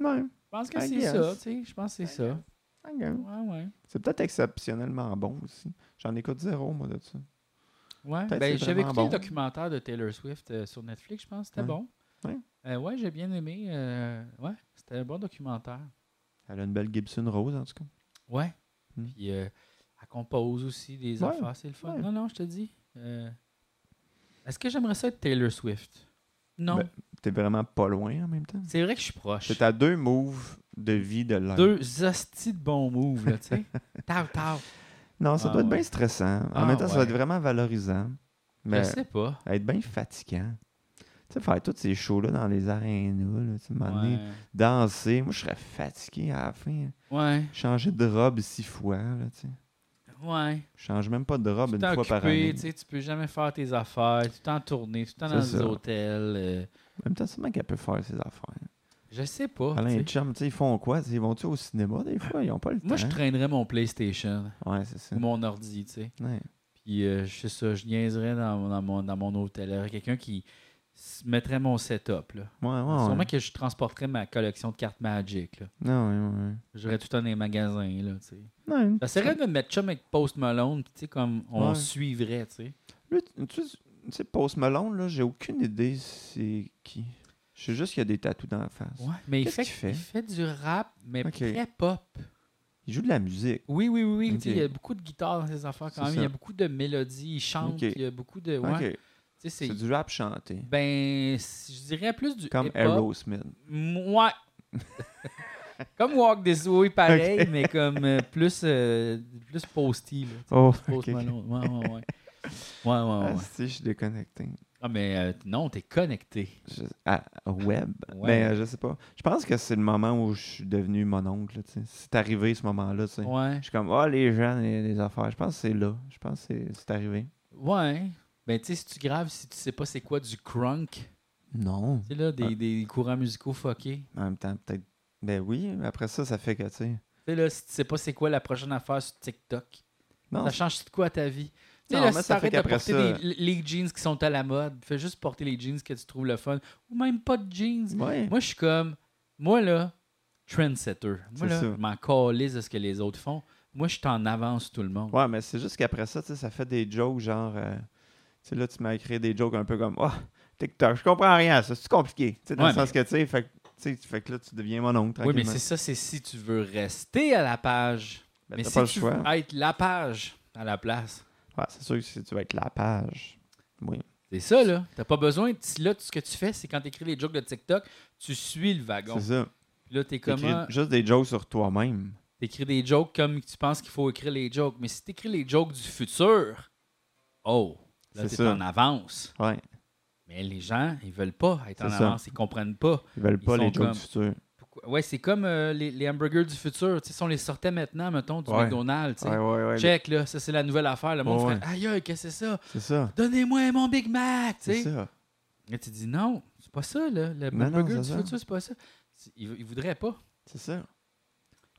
Speaker 2: Ouais,
Speaker 1: Je pense que
Speaker 2: I
Speaker 1: c'est
Speaker 2: guess.
Speaker 1: ça, tu sais. Je pense que c'est
Speaker 2: I
Speaker 1: ça.
Speaker 2: ok.
Speaker 1: Ouais, ouais.
Speaker 2: C'est peut-être exceptionnellement bon aussi. J'en écoute zéro, moi, de ça.
Speaker 1: Ouais,
Speaker 2: Peut-être
Speaker 1: ben,
Speaker 2: c'est
Speaker 1: j'avais
Speaker 2: vraiment
Speaker 1: écouté le
Speaker 2: bon.
Speaker 1: documentaire de Taylor Swift euh, sur Netflix, je pense. C'était
Speaker 2: Ouais.
Speaker 1: bon.
Speaker 2: Ouais.
Speaker 1: Euh, ouais, j'ai bien aimé. euh, ouais, c'était un bon documentaire.
Speaker 2: Elle a une belle Gibson Rose, en tout cas.
Speaker 1: Ouais.
Speaker 2: Hmm.
Speaker 1: Puis euh, elle compose aussi des
Speaker 2: Ouais,
Speaker 1: affaires, c'est le fun.
Speaker 2: ouais.
Speaker 1: Non, non, je te dis. euh, Est-ce que j'aimerais ça être Taylor Swift? Non.
Speaker 2: Ben, T'es vraiment pas loin en même temps.
Speaker 1: c'est vrai que je suis proche.
Speaker 2: C'est à deux moves de vie de l'un.
Speaker 1: Deux hosties de bons moves, là,
Speaker 2: *laughs*
Speaker 1: tu sais. Tau, tau.
Speaker 2: Non, ça
Speaker 1: Ah
Speaker 2: doit être
Speaker 1: ouais.
Speaker 2: bien stressant. En
Speaker 1: Ah
Speaker 2: même temps, ça doit
Speaker 1: ouais.
Speaker 2: être vraiment valorisant. Mais
Speaker 1: Je sais pas.
Speaker 2: être bien fatigant. Tu sais, faire tous ces shows-là dans les arénas, là, tu sais, à un moment donné,
Speaker 1: Ouais.
Speaker 2: danser. Moi, je serais fatigué à la fin.
Speaker 1: Ouais.
Speaker 2: Changer de robe six fois, là, tu sais.
Speaker 1: Ouais.
Speaker 2: Je change même pas de robe
Speaker 1: Tout
Speaker 2: Ah, une
Speaker 1: le temps
Speaker 2: fois par
Speaker 1: occupé,
Speaker 2: année.
Speaker 1: tu sais, tu peux jamais faire tes affaires, tout le temps tourner, tout le temps
Speaker 2: C'est
Speaker 1: dans
Speaker 2: ça.
Speaker 1: des hôtels. euh,
Speaker 2: En même temps, sûrement qu'elle peut faire ses affaires.
Speaker 1: Je sais pas.
Speaker 2: Alain
Speaker 1: Oh, tu
Speaker 2: et
Speaker 1: sais.
Speaker 2: Chum, tu sais, ils font quoi? Tu sais, Ils vont-tu au cinéma des fois? Ils ont pas le
Speaker 1: Moi, je
Speaker 2: temps.
Speaker 1: traînerais mon PlayStation
Speaker 2: Ouais, c'est ça.
Speaker 1: ou mon ordi, tu sais.
Speaker 2: Ouais.
Speaker 1: Puis, euh, je sais ça, je niaiserais dans, mon- dans mon, dans mon hôtel. Il y aurait quelqu'un qui s- mettrait mon setup, là.
Speaker 2: Ouais, Ah, ouais, ouais.
Speaker 1: Sûrement que je transporterais ma collection de cartes Magic, là.
Speaker 2: Non, ouais, ouais.
Speaker 1: J'aurais tout dans les magasins, là, tu sais.
Speaker 2: Non,
Speaker 1: J'essaierais de me mettre chum avec Post Malone, puis tu sais, comme on
Speaker 2: Ouais.
Speaker 1: suivrait, tu sais.
Speaker 2: lui, tu- tu tu sais, Post Malone, là, j'ai aucune idée c'est qui. Je sais juste qu'il y a des tatous dans la face.
Speaker 1: Mais il
Speaker 2: Qu'est-ce
Speaker 1: fait,
Speaker 2: qu'il fait?
Speaker 1: il fait du rap, mais
Speaker 2: Ok.
Speaker 1: très pop.
Speaker 2: Il joue de la musique.
Speaker 1: Oui, oui, oui. oui.
Speaker 2: Ok.
Speaker 1: Tu sais, Il y a beaucoup de guitare dans ses affaires quand
Speaker 2: C'est
Speaker 1: même. Il y a
Speaker 2: ça.
Speaker 1: beaucoup de mélodies. Il chante.
Speaker 2: Ok.
Speaker 1: Il y a beaucoup de. Ouais.
Speaker 2: Ok.
Speaker 1: Tu sais,
Speaker 2: C'est
Speaker 1: c'est.
Speaker 2: du rap chanté.
Speaker 1: Ben, c- je dirais plus du.
Speaker 2: Comme
Speaker 1: hip-hop.
Speaker 2: Aerosmith.
Speaker 1: M- Ouais. *laughs* comme Walk This Way, pareil, mais comme euh, plus, euh, plus posty. Là, tu sais,
Speaker 2: Oh,
Speaker 1: Post
Speaker 2: ok.
Speaker 1: Malone. Ouais, ouais, ouais. Ouais, ouais,
Speaker 2: Ah,
Speaker 1: ouais.
Speaker 2: si, je suis déconnecté.
Speaker 1: Ah, mais euh, non, t'es connecté.
Speaker 2: Je- À à web.
Speaker 1: Ouais.
Speaker 2: Mais euh, je sais pas. Je pense que c'est le moment où je suis devenu mon oncle. là, tu sais. C'est arrivé ce moment-là. tu sais.
Speaker 1: Ouais.
Speaker 2: Je suis comme, oh, les jeunes et les affaires. Je pense que c'est là. Je pense que c'est- c'est arrivé.
Speaker 1: Ouais. Ben, tu sais, c'est-tu grave si tu sais pas c'est quoi du crunk? Tu
Speaker 2: Non.
Speaker 1: sais, là, des, des courants musicaux fuckés.
Speaker 2: En même temps, peut-être. Ben oui, mais après ça, ça fait que, tu sais.
Speaker 1: Tu sais, là, si tu sais pas c'est quoi la prochaine affaire sur TikTok,
Speaker 2: Non,
Speaker 1: ça change de quoi à ta vie? Tu sais,
Speaker 2: Non,
Speaker 1: là,
Speaker 2: mais
Speaker 1: si
Speaker 2: ça fait
Speaker 1: t'arrêtes de
Speaker 2: qu'après
Speaker 1: porter
Speaker 2: ça- euh,
Speaker 1: des- les jeans qui sont à la mode, fais juste porter les jeans que tu trouves le fun, ou même pas de jeans.
Speaker 2: Ouais.
Speaker 1: Moi, je suis comme, moi, là, trendsetter. Moi,
Speaker 2: C'est
Speaker 1: là,
Speaker 2: ça.
Speaker 1: je m'en calisse de ce que les autres font. Moi, je suis en avance tout le monde.
Speaker 2: Ouais, mais c'est juste qu'après ça, tu sais, ça fait des jokes genre. euh, tu sais, là, tu m'as écrit des jokes un peu comme Oh, TikTok, je comprends rien à ça, c'est compliqué. Tu sais, dans
Speaker 1: Ouais,
Speaker 2: le sens que, tu sais, fait, que- tu sais, fait que là, tu deviens mon oncle.
Speaker 1: oui, mais
Speaker 2: tranquillement.
Speaker 1: c'est ça, c'est si tu veux rester à la page.
Speaker 2: Ben,
Speaker 1: mais
Speaker 2: t'as
Speaker 1: si
Speaker 2: pas le
Speaker 1: tu
Speaker 2: choix.
Speaker 1: veux être la page à la place,
Speaker 2: Ouais, c'est sûr que si tu vas être la page. Oui.
Speaker 1: c'est ça, là. T'as pas besoin. Si Là, ce que tu fais, c'est quand t'écris les jokes de TikTok, tu suis le wagon.
Speaker 2: C'est ça.
Speaker 1: Puis là, t'es
Speaker 2: T'écris
Speaker 1: comment.
Speaker 2: juste des jokes sur toi-même.
Speaker 1: T'écris des jokes comme tu penses qu'il faut écrire les jokes. Mais si t'écris les jokes du futur, oh, là,
Speaker 2: C'est
Speaker 1: t'es
Speaker 2: ça.
Speaker 1: en avance.
Speaker 2: Ouais.
Speaker 1: Mais les gens, ils veulent pas être en
Speaker 2: C'est ça.
Speaker 1: avance. Ils comprennent pas.
Speaker 2: Ils veulent
Speaker 1: Ils
Speaker 2: pas les
Speaker 1: sont
Speaker 2: jokes
Speaker 1: comme-
Speaker 2: du futur.
Speaker 1: Pourquoi- Ouais, c'est comme euh, les, les hamburgers du futur. Tu sais, si on les sortait maintenant, mettons, du
Speaker 2: Ouais.
Speaker 1: McDonald's. tu sais.
Speaker 2: Ouais, ouais, ouais.
Speaker 1: Check, là, ça, c'est la nouvelle affaire. Le monde
Speaker 2: Ouais,
Speaker 1: ferait Aïe, aïe, qu'est-ce que c'est ça
Speaker 2: C'est ça.
Speaker 1: Donnez-moi mon Big Mac. tu sais.
Speaker 2: C'est ça.
Speaker 1: Mais tu dis non, c'est pas ça, là. Le
Speaker 2: Non, non,
Speaker 1: hamburger
Speaker 2: c'est
Speaker 1: du
Speaker 2: ça.
Speaker 1: futur, c'est pas ça. C'est- Il, il voudrait pas.
Speaker 2: C'est ça.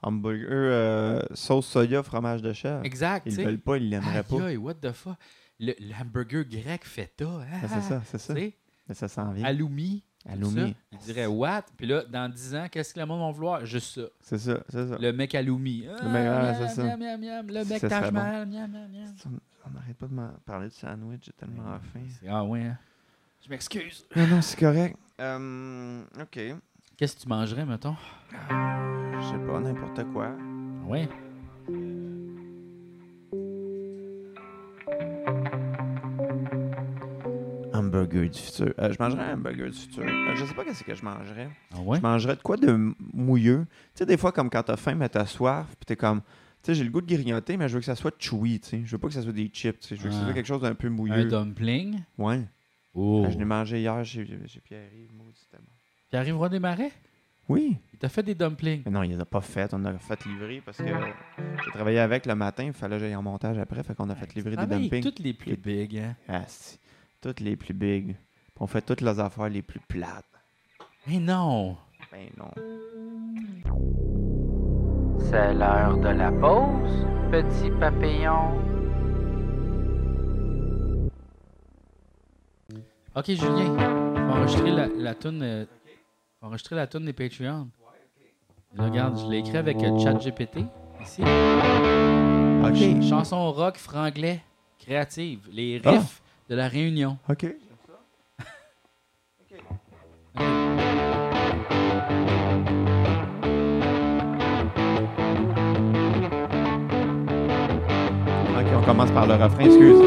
Speaker 2: Hamburger, euh, sauce soya, fromage de chèvre.
Speaker 1: Exact, tu
Speaker 2: Ah, Ils
Speaker 1: sais.
Speaker 2: veulent pas, ils l'aimeraient pas.
Speaker 1: Aïe, aïe, what the fuck. Le, le hamburger grec feta. Ah,
Speaker 2: Ouais, c'est ça, c'est ça.
Speaker 1: Tu sais,
Speaker 2: Mais ça s'en vient.
Speaker 1: halloumi.
Speaker 2: Alumi.
Speaker 4: Ça, il dirait what? Puis là, dans 10 ans, qu'est-ce que le monde va vouloir? Juste ça.
Speaker 2: C'est ça, c'est ça.
Speaker 4: Le mec alumi. Ah,
Speaker 2: mec, ouais, c'est
Speaker 4: miam,
Speaker 2: ça.
Speaker 4: miam, miam, miam. Le mec
Speaker 2: Ça serait
Speaker 4: Taj
Speaker 2: bon.
Speaker 4: Mahal, miam, miam, miam.
Speaker 2: On n'arrête pas de m'en parler du sandwich, j'ai tellement faim.
Speaker 4: Ah ouais. hein? Je m'excuse.
Speaker 2: Non, non, c'est correct. Euh, ok. Je
Speaker 4: Qu'est-ce que tu mangerais, mettons?
Speaker 2: sais pas, n'importe quoi.
Speaker 4: Ah Ouais.
Speaker 2: Hamburger du futur. Euh, je mangerais un hamburger du futur. Euh, je sais pas qu'est-ce que je mangerais.
Speaker 4: Ah ouais?
Speaker 2: Je mangerais de quoi de m- mouilleux. Tu sais, des fois, comme quand t'as faim, mais t'as soif, puis t'es comme. Tu sais, j'ai le goût de grignoter, mais je veux que ça soit chewy, tu sais. Je veux pas que ça soit des chips, tu sais. Je veux que ça
Speaker 4: Ah.
Speaker 2: soit quelque chose d'un peu
Speaker 4: Un
Speaker 2: mouilleux.
Speaker 4: dumpling.
Speaker 2: ouais. Ben,
Speaker 4: Oh.
Speaker 2: Ah, Je l'ai mangé hier chez, chez Pierre-Yves, maudit, c'était bon.
Speaker 4: Pierre-Yves Roy Desmarais?
Speaker 2: Oui.
Speaker 4: Il t'a fait des dumplings.
Speaker 2: Mais non, il les a pas fait. On a fait livrer parce que j'ai travaillé avec le matin. Il fallait que j'aille en montage après. Fait qu'on a fait livrer
Speaker 4: Ah,
Speaker 2: des
Speaker 4: mais
Speaker 2: dumpings.
Speaker 4: Toutes les plus big, hein?
Speaker 2: Ah, si. Toutes les plus big. Puis On fait toutes les affaires les plus plates.
Speaker 4: Mais non!
Speaker 2: Ben non.
Speaker 1: C'est l'heure de la pause, petit papillon.
Speaker 4: Ok, Julien, faut enregistrer la, la toune. euh, faut enregistrer la toune des Patreons. Là, Regarde, je l'ai écrit avec euh, ChatGPT. Ici. Ch-
Speaker 2: Ok.
Speaker 4: chanson rock franglais créative. Les riffs
Speaker 2: Ah.
Speaker 4: de la Réunion.
Speaker 2: Ok. Ok, on commence par le refrain, excuse.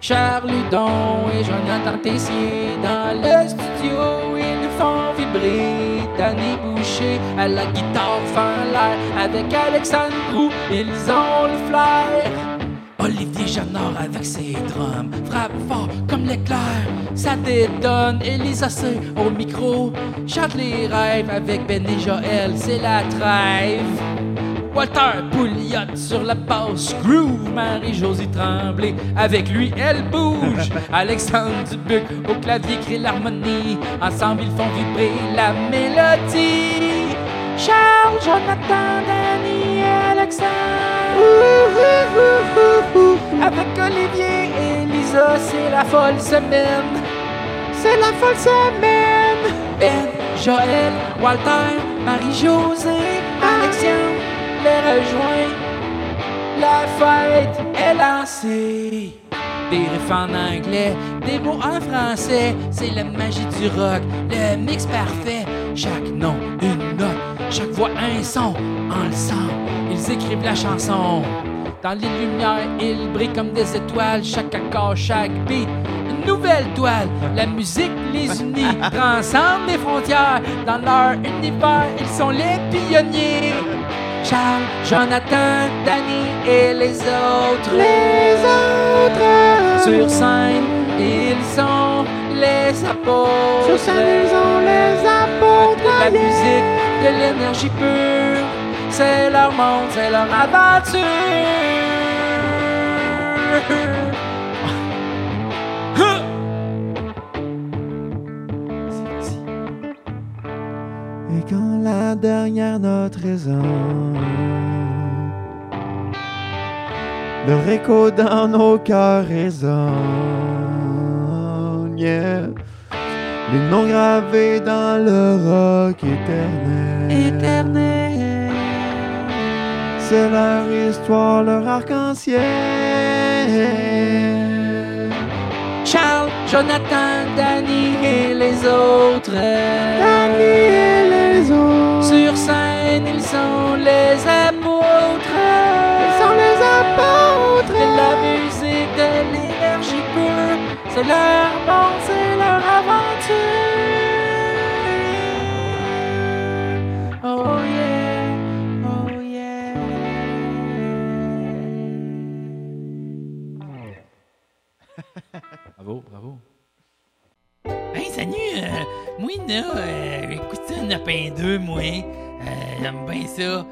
Speaker 1: Charles Ludon et Jonathan Tessier dans le studio, ils nous font vibrer. Danny Boucher à la guitare fin l'air avec Alexandre Roux, ils ont le flair. Olivier Janor avec ses drums frappe fort comme l'éclair. Ça détonne Elisa C au micro chante les rêves avec Ben et Joël, c'est la trêve. Walter Pouliot sur la passe Groove, Marie-Josée Tremblay Avec lui, elle bouge Alexandre Dubuc au clavier crée l'harmonie Ensemble, ils font vibrer la mélodie Charles, Jonathan, Danny et Alexandre Avec Olivier et Lisa, c'est la folle semaine c'est la folle semaine! Ben, Joël, Walter, Marie-Josée, Alexandre les rejoint. La fête est lancée. Des riffs en anglais, des mots en français, c'est la magie du rock, le mix parfait. Chaque nom, une note, chaque voix, un son. Ensemble, ils écrivent la chanson. Dans les lumières, ils brillent comme des étoiles, chaque accord, chaque beat. Une nouvelle toile, la musique les unit, transcende les frontières. Dans leur univers, ils sont les pionniers. Charles, Jonathan, Danny et les autres. Les autres. Sur scène, ils sont les apôtres. Sur scène, ils ont les apôtres. De la musique, de l'énergie pure. C'est leur monde, c'est leur aventure.
Speaker 2: Et quand la dernière note résonne, le écho dans nos cœurs résonne. yeah. Les noms gravés dans le roc éternel. C'est leur histoire, leur arc-en-ciel.
Speaker 1: Charles, Jonathan, Danny et les autres.
Speaker 2: Danny et les autres.
Speaker 1: Sur scène, ils sont les apôtres. Ils sont les apôtres. De la musique, de l'énergie pure. C'est leur monde, c'est leur aventure. Oh yeah, oh yeah.
Speaker 4: Bravo, bravo.
Speaker 1: Ben,
Speaker 5: Hey, salut! euh, moi, là, euh, j'écoute ça, Nopin 2, moi. Euh, J'aime bien ça. Euh,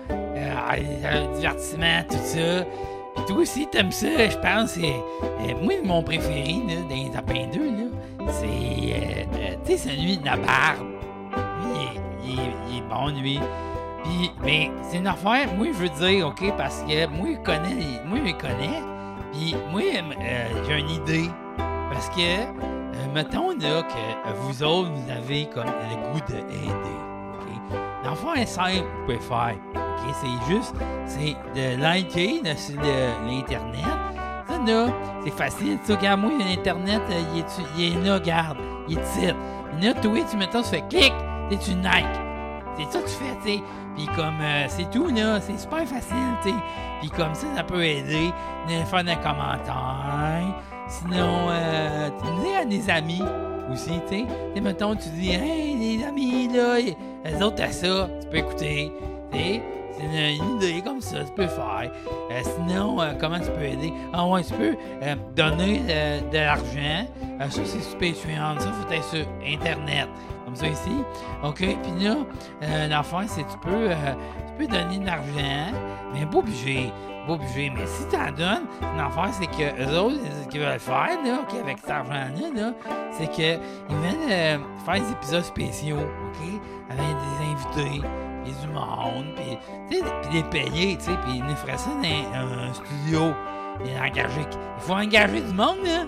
Speaker 5: ah, le divertissement, tout ça. Puis toi aussi, t'aimes ça, je pense. Euh, euh, moi, mon préféré, là, dans les Nopin 2, là, c'est. euh, euh, tu sais, celui de la barbe.
Speaker 1: il est, il est bon, lui. Puis, mais c'est une affaire, moi, je veux dire, OK, parce que moi, je connais, les- moi, je les connais. Puis, moi, euh, j'ai une idée. Parce que, euh, mettons, là, que vous autres, vous avez comme le goût de aider. OK? Dans le fond, c'est simple, vous pouvez faire. OK? C'est juste, c'est de liker là, sur le- l'Internet. Ça, là, c'est facile. Tu sais, regarde, moi, l'Internet, euh, il est, il est là, regarde. Il est titre. Là, toi, tu mettons, tu fais clic, et tu Nike. C'est ça que tu fais, tu sais. Puis comme, euh, c'est tout, là. C'est super facile, tu sais. Puis comme ça, ça peut aider. De faire des commentaires. Sinon, euh, tu dis à des amis aussi, tu sais. Tu sais, mettons, tu dis, hey, les amis, là, y- les autres, t'as ça. Tu peux écouter, tu sais. C'est une, une idée comme ça, tu peux faire. Euh, sinon, euh, comment tu peux aider? Ah ouais, tu peux euh, donner euh, de l'argent. Euh, ça, c'est sur Patreon. Ça, faut être sur Internet. Comme ça ici. OK, puis là, euh, l'affaire, c'est que tu peux, euh, tu peux donner de l'argent, mais pas obligé. Pas obligé. Mais si tu en donnes, l'affaire, c'est que eux autres, ce qu'ils veulent faire, là, OK, avec cet argent-là, là, c'est qu'ils viennent euh, faire des épisodes spéciaux, OK, avec des invités, puis du monde, puis tu sais, puis les payer, tu sais, puis ils nous feraient ça dans un, un studio. Et engager- Il faut engager du monde, là.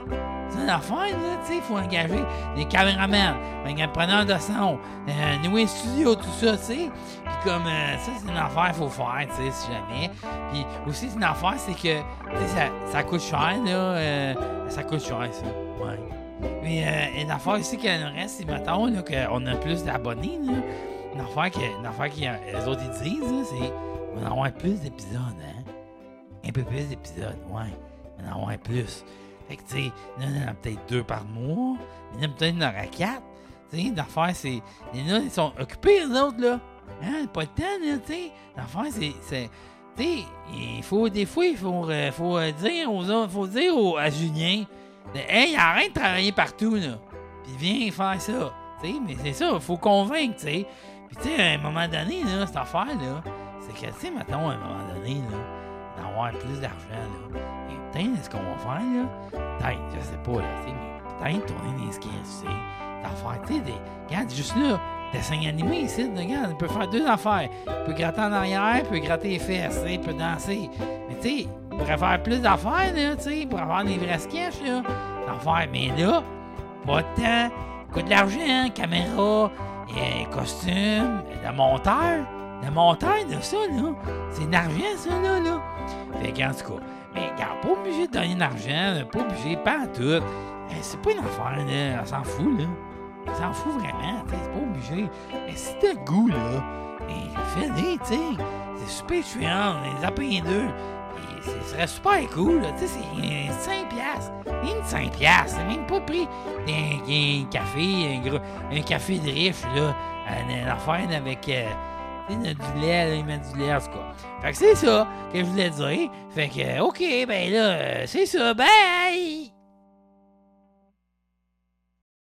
Speaker 1: C'est une affaire, là, tu sais, il faut engager des caméramans, des preneurs de son, euh, nouer un studio, tout ça, tu sais. Puis comme euh, ça, c'est une affaire qu'il faut faire, tu sais, si jamais. Puis aussi, c'est une affaire, c'est que, tu sais, ça, ça coûte cher, là. euh, ça coûte cher, ça. Ouais. Mais euh, une affaire aussi qu'il nous reste, c'est, mettons, là, qu'on a plus d'abonnés, là. Une affaire que, une affaire qu'ils, euh, les autres, ils disent, là, c'est, on va en avoir plus d'épisodes, hein. Un peu plus d'épisodes, ouais. On va en avoir plus. Fait que, tu sais, là, on en a peut-être deux par mois. Il y en a peut-être une aura quatre. Tu sais, l'affaire, c'est. Il y en a, ils sont occupés, les autres, là. Hein, pas le temps, là, tu sais. L'affaire, c'est. c'est tu sais, il faut, des fois, il faut, euh, faut euh, dire aux autres, faut dire aux, à Julien, de, hey, arrête de travailler partout, là. Puis viens faire ça. Tu sais, mais c'est ça, faut convaincre, tu sais. Puis, tu sais, à un moment donné, là, cette affaire, là, c'est que, tu sais, mettons, à un moment donné, là, d'avoir plus d'argent, là. Et putain, est-ce qu'on va faire, là? peut-être, je sais pas, là, tu sais, mais peut-être tourner des skins, tu sais, d'affaires, tu sais, des. Regarde, juste là, dessin animé ici, regarde, on peut faire deux affaires. On peut gratter en arrière, on peut gratter les fesses, tu sais, on peut danser. Mais tu sais, on pourrait faire plus d'affaires, là, tu sais, pour avoir des vrais sketchs, là, d'affaires. Mais là, pas de temps, coûte de l'argent, hein, caméra, et costume, le monteur. Le monteur, là, ça, là, c'est de l'argent, ça, là, là. Fait qu'en tout cas, mais regarde, pas obligé de donner de l'argent, là, pas obligé, pas en tout. Eh, c'est pas une affaire, là, on s'en fout, là. On s'en fout vraiment, tu sais, c'est pas obligé. Mais si t'as le goût, là, eh, fais-le, tu sais. C'est super chiant, les appeler deux. Et Ce serait super cool, là. Tu sais, c'est euh, 5 piastres. Une 5 piastres, c'est même pas le prix d'un d'un café, un, gros- un café de riche, là. Une, une affaire avec... euh, tu sais, du lait, là, ils mettent du lait, en tout cas. Fait que c'est ça que je voulais dire. Fait que, euh, OK, ben là, euh, c'est ça. Bye!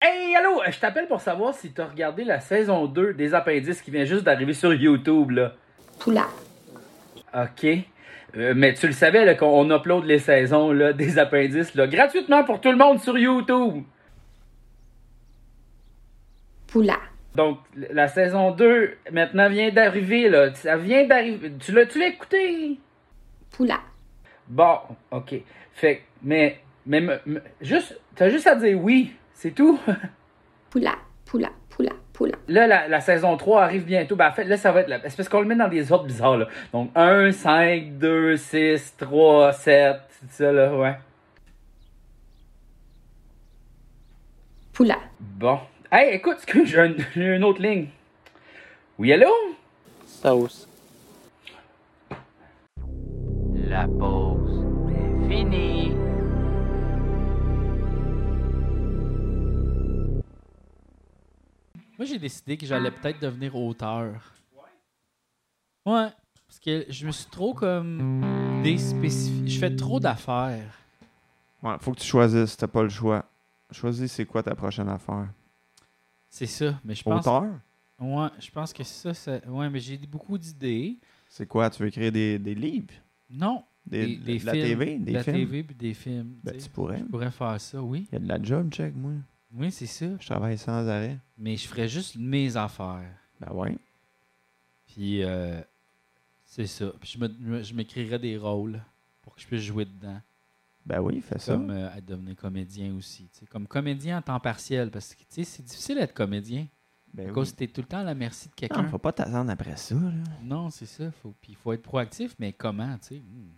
Speaker 6: Hey, allô, euh, je t'appelle pour savoir si t'as regardé la saison 2 des Appendices qui vient juste d'arriver sur YouTube, là.
Speaker 7: Poula.
Speaker 6: OK. Euh, mais tu le savais, là, qu'on upload les saisons, là, des Appendices, là, gratuitement pour tout le monde sur YouTube.
Speaker 7: Poula.
Speaker 6: Donc, l- la saison 2, maintenant, vient d'arriver, là. Ça vient d'arriver. Tu l'as, tu l'as écouté?
Speaker 7: Poula.
Speaker 6: Bon, OK. Fait que, mais, mais, me- me- juste, t'as juste à dire oui, c'est tout. *laughs*
Speaker 7: Poula. Poula. Poula. Poula.
Speaker 6: Là, la, la saison 3 arrive bientôt. Ben, en fait, là, ça va être. la- C'est parce qu'on le met dans des ordres bizarres, là. Donc, 1, 5, 2, 6, 3, 7. C'est ça, là, ouais.
Speaker 7: Poula.
Speaker 6: Bon. Hey, écoute, *laughs* excuse, j'ai un- j'ai une autre ligne. Oui, allô?
Speaker 8: Sauce.
Speaker 9: La pause est finie.
Speaker 8: Moi, j'ai décidé que j'allais peut-être devenir auteur. Ouais. Ouais. Parce que je me suis trop comme déspécifié. Je fais trop d'affaires.
Speaker 2: Ouais, faut que tu choisisses, t'as pas le choix. Choisis c'est quoi ta prochaine affaire.
Speaker 8: C'est ça. Mais je pense.
Speaker 2: Auteur?
Speaker 8: Ouais, je pense que ça, ça. Ouais, mais j'ai beaucoup d'idées.
Speaker 2: C'est quoi? Tu veux écrire des, des livres?
Speaker 8: Non.
Speaker 2: Des,
Speaker 8: Des- des
Speaker 2: de la
Speaker 8: films.
Speaker 2: TV? Des
Speaker 8: de la
Speaker 2: films?
Speaker 8: TV puis des films.
Speaker 2: Ben,
Speaker 8: tu
Speaker 2: tu
Speaker 8: sais.
Speaker 2: pourrais.
Speaker 8: Je pourrais faire ça, oui.
Speaker 2: Il y a de la job, check, moi.
Speaker 8: Oui, c'est ça.
Speaker 2: Je travaille sans arrêt.
Speaker 8: Mais je ferais juste mes affaires.
Speaker 2: Ben ouais.
Speaker 1: Puis euh, c'est ça. Puis je me- je me- je m'écrirais des rôles pour que je puisse jouer dedans.
Speaker 2: Ben oui, fais ça.
Speaker 1: Comme euh, à devenir comédien aussi. tu sais. Comme comédien en temps partiel. Parce que tu sais, c'est difficile d'être comédien.
Speaker 2: Ben
Speaker 1: À
Speaker 2: oui.
Speaker 1: cause que t'es tout le temps à la merci de quelqu'un.
Speaker 2: Non, faut pas t'attendre après ça. Là.
Speaker 1: Non, c'est ça. Faut, puis il faut être proactif, mais comment, tu sais? hmm.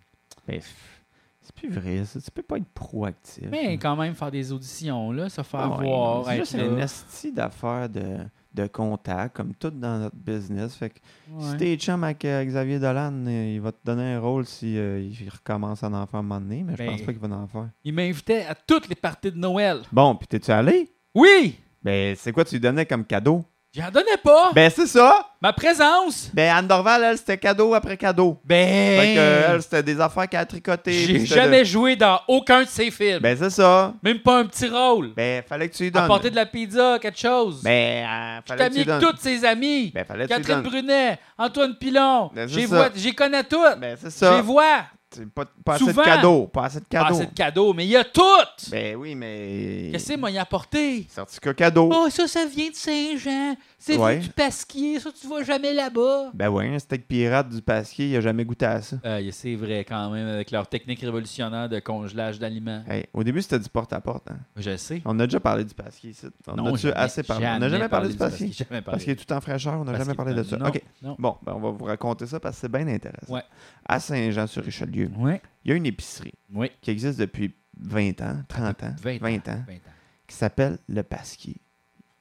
Speaker 2: Ben, pff, c'est plus vrai, ça. Tu peux pas être proactif.
Speaker 1: Mais quand même, faire des auditions, là, se faire
Speaker 2: Ben Ah ouais,
Speaker 1: voir,
Speaker 2: C'est
Speaker 1: être
Speaker 2: juste
Speaker 1: là.
Speaker 2: une esti d'affaires de, de contact, comme tout dans notre business. Fait que
Speaker 1: Ouais.
Speaker 2: si t'es chum avec euh, Xavier Dolan, euh, il va te donner un rôle si euh, il recommence à en faire un moment donné, mais
Speaker 1: Ben-
Speaker 2: je pense pas qu'il va en faire.
Speaker 1: Il m'invitait à toutes les parties de Noël.
Speaker 2: Bon, puis t'es-tu allé?
Speaker 1: Oui!
Speaker 2: Ben, c'est quoi tu lui donnais comme cadeau?
Speaker 1: J'en donnais pas!
Speaker 2: Ben, c'est ça!
Speaker 1: Ma présence!
Speaker 2: Ben, Anne Dorval, elle, c'était cadeau après cadeau.
Speaker 1: Ben!
Speaker 2: Fait que, euh, elle, c'était des affaires qu'elle a tricotées. puis
Speaker 1: J'ai
Speaker 2: c'était
Speaker 1: jamais joué dans aucun de ses films.
Speaker 2: de- Ben, c'est ça.
Speaker 1: Même pas un petit rôle.
Speaker 2: Ben, fallait que tu lui donnes.
Speaker 1: Apporter de la pizza, quelque chose.
Speaker 2: Ben, euh,
Speaker 1: Je
Speaker 2: fallait
Speaker 1: t'ai
Speaker 2: que tu lui
Speaker 1: mis
Speaker 2: donnes.
Speaker 1: toutes ses amis.
Speaker 2: Ben, fallait que tu lui
Speaker 1: Catherine
Speaker 2: donnes.
Speaker 1: Brunet, Antoine Pilon.
Speaker 2: Ben, c'est
Speaker 1: J'y
Speaker 2: ça.
Speaker 1: vois- J'y connais toutes.
Speaker 2: Ben, c'est
Speaker 1: Je les
Speaker 2: ça.
Speaker 1: vois.
Speaker 4: Ah,
Speaker 2: C'est Pas, pas assez de
Speaker 1: Souvent.
Speaker 2: cadeaux. Pas assez de
Speaker 1: Pas
Speaker 2: cadeaux.
Speaker 1: assez de cadeaux, mais il y a toutes!
Speaker 2: Ben oui, mais.
Speaker 1: Qu'est-ce que m'a y apporté?
Speaker 2: Certificat cadeau.
Speaker 4: Oh, ça, ça vient de Saint-Jean. C'est
Speaker 2: Ouais.
Speaker 4: venu du pasquier. Ça, tu vas jamais là-bas.
Speaker 2: Ben oui, un steak pirate du pasquier, il a jamais goûté à ça.
Speaker 1: Euh, c'est vrai quand même, avec leur technique révolutionnaire de congelage d'aliments.
Speaker 2: Hey, au début, c'était du porte-à-porte. hein.
Speaker 1: Je sais.
Speaker 2: On a déjà parlé du pasquier ici. On
Speaker 1: Non,
Speaker 2: a déjà
Speaker 1: jamais-
Speaker 2: assez parlé. On n'a jamais parlé du
Speaker 1: pasquier.
Speaker 2: pasquier.
Speaker 1: Jamais parlé.
Speaker 2: Parce qu'il est tout en fraîcheur, on n'a jamais parlé de ça.
Speaker 1: Non,
Speaker 2: OK.
Speaker 1: non.
Speaker 2: Bon, ben, on va vous raconter ça parce que c'est bien intéressant.
Speaker 1: Ouais.
Speaker 2: À Saint-Jean-sur-Richelieu,
Speaker 1: Oui.
Speaker 2: il y a une épicerie
Speaker 1: Oui.
Speaker 2: qui existe depuis 20 ans, 30 ans,
Speaker 1: 20 ans.
Speaker 2: 20 ans,
Speaker 1: 20 ans.
Speaker 2: qui s'appelle le pasquier.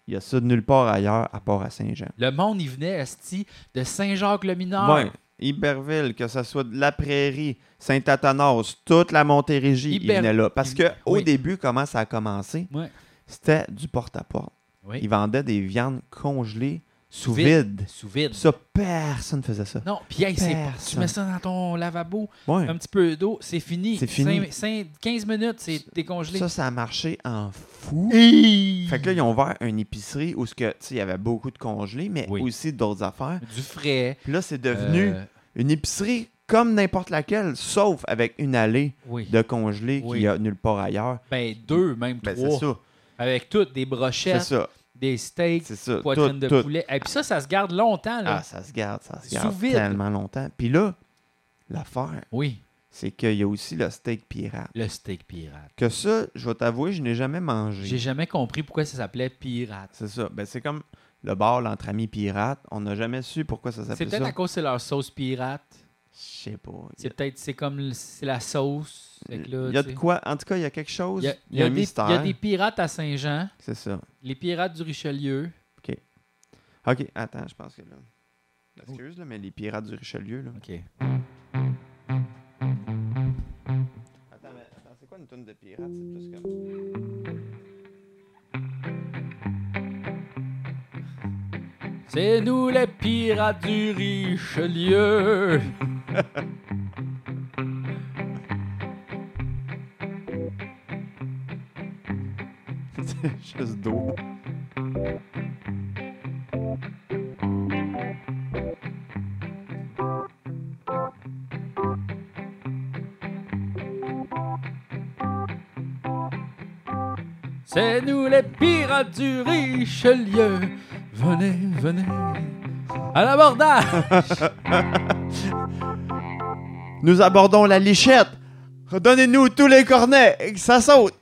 Speaker 2: Il y a ça nulle part ailleurs à part à Saint-Jean.
Speaker 1: Le monde, il venait, Asti, de Saint-Jacques-le-Mineur.
Speaker 2: Ouais. Iberville, que ce soit de la Prairie, Saint-Athanas, toute la Montérégie,
Speaker 1: Iber-
Speaker 2: ils venaient là. Parce que
Speaker 1: Iber-
Speaker 2: au
Speaker 1: oui.
Speaker 2: début, comment ça a commencé,
Speaker 1: Ouais.
Speaker 2: c'était du porte-à-porte.
Speaker 1: Oui.
Speaker 2: Ils vendaient des viandes congelées sous
Speaker 1: Vide.
Speaker 2: vide.
Speaker 1: Sous vide.
Speaker 2: Ça, personne faisait ça.
Speaker 1: Non, puis hey, c'est pas- tu
Speaker 2: Personne.
Speaker 1: mets ça dans ton lavabo,
Speaker 2: Ouais.
Speaker 1: un petit peu d'eau, c'est fini.
Speaker 2: C'est fini.
Speaker 1: Cinq- cinq- 15 minutes, c'est décongelé.
Speaker 2: Ça, ça a marché en fou.
Speaker 1: Hey!
Speaker 2: Fait que là, ils ont ouvert une épicerie où ce que, tu sais, il y avait beaucoup de congelés, mais
Speaker 1: Oui.
Speaker 2: aussi d'autres affaires.
Speaker 1: Du frais.
Speaker 2: Puis là, c'est devenu
Speaker 1: Euh,
Speaker 2: une épicerie comme n'importe laquelle, sauf avec une allée
Speaker 1: oui.
Speaker 2: de congelés
Speaker 1: Oui.
Speaker 2: qu'il y a nulle part ailleurs.
Speaker 1: Ben, deux, même
Speaker 2: Ben, c'est
Speaker 1: trois.
Speaker 2: ça.
Speaker 1: Avec toutes des
Speaker 2: C'est
Speaker 1: brochettes,
Speaker 2: ça.
Speaker 1: des steaks,
Speaker 2: C'est ça.
Speaker 1: poitrine
Speaker 2: tout,
Speaker 1: de
Speaker 2: tout.
Speaker 1: poulet. Et puis ça, ça se garde longtemps, là.
Speaker 2: Ah, ça se garde, ça se
Speaker 1: Sous
Speaker 2: garde
Speaker 1: vide.
Speaker 2: tellement longtemps. Puis là, l'affaire,
Speaker 1: Oui,
Speaker 2: c'est qu'il y a aussi le steak pirate.
Speaker 1: le steak pirate.
Speaker 2: Que ça, je vais t'avouer, je n'ai jamais
Speaker 1: J'ai
Speaker 2: mangé.
Speaker 1: jamais compris pourquoi ça s'appelait pirate.
Speaker 2: C'est ça. Ben, c'est comme le bar entre amis pirates. On n'a jamais su pourquoi ça
Speaker 1: C'est
Speaker 2: s'appelle
Speaker 1: peut-être
Speaker 2: ça.
Speaker 1: à cause que c'est leur sauce pirate.
Speaker 2: Je sais pas. Il y
Speaker 1: C'est
Speaker 2: a-
Speaker 1: peut-être, c'est comme, le- c'est la sauce. Fait que là,
Speaker 2: il y a
Speaker 1: tu
Speaker 2: de
Speaker 1: sais.
Speaker 2: quoi. En tout cas, il y a quelque chose.
Speaker 1: Il y a- il
Speaker 2: il y a un
Speaker 1: des- il y a
Speaker 2: mystère.
Speaker 1: des pirates à Saint-Jean,
Speaker 2: C'est ça.
Speaker 1: les pirates du Richelieu.
Speaker 2: OK, attends, je pense que là.
Speaker 1: Oh.
Speaker 2: Excuse, là, mais les pirates du Richelieu, là.
Speaker 1: OK.
Speaker 2: Attends, mais attends, c'est quoi une tune de pirates? C'est plus comme.
Speaker 1: C'est nous les pirates du Richelieu.
Speaker 2: C'est *laughs* juste d'eau.
Speaker 1: C'est nous les pirates du Richelieu. Venez, venez. À l'abordage!
Speaker 2: Nous abordons la lichette. Redonnez-nous tous les cornets et que ça saute.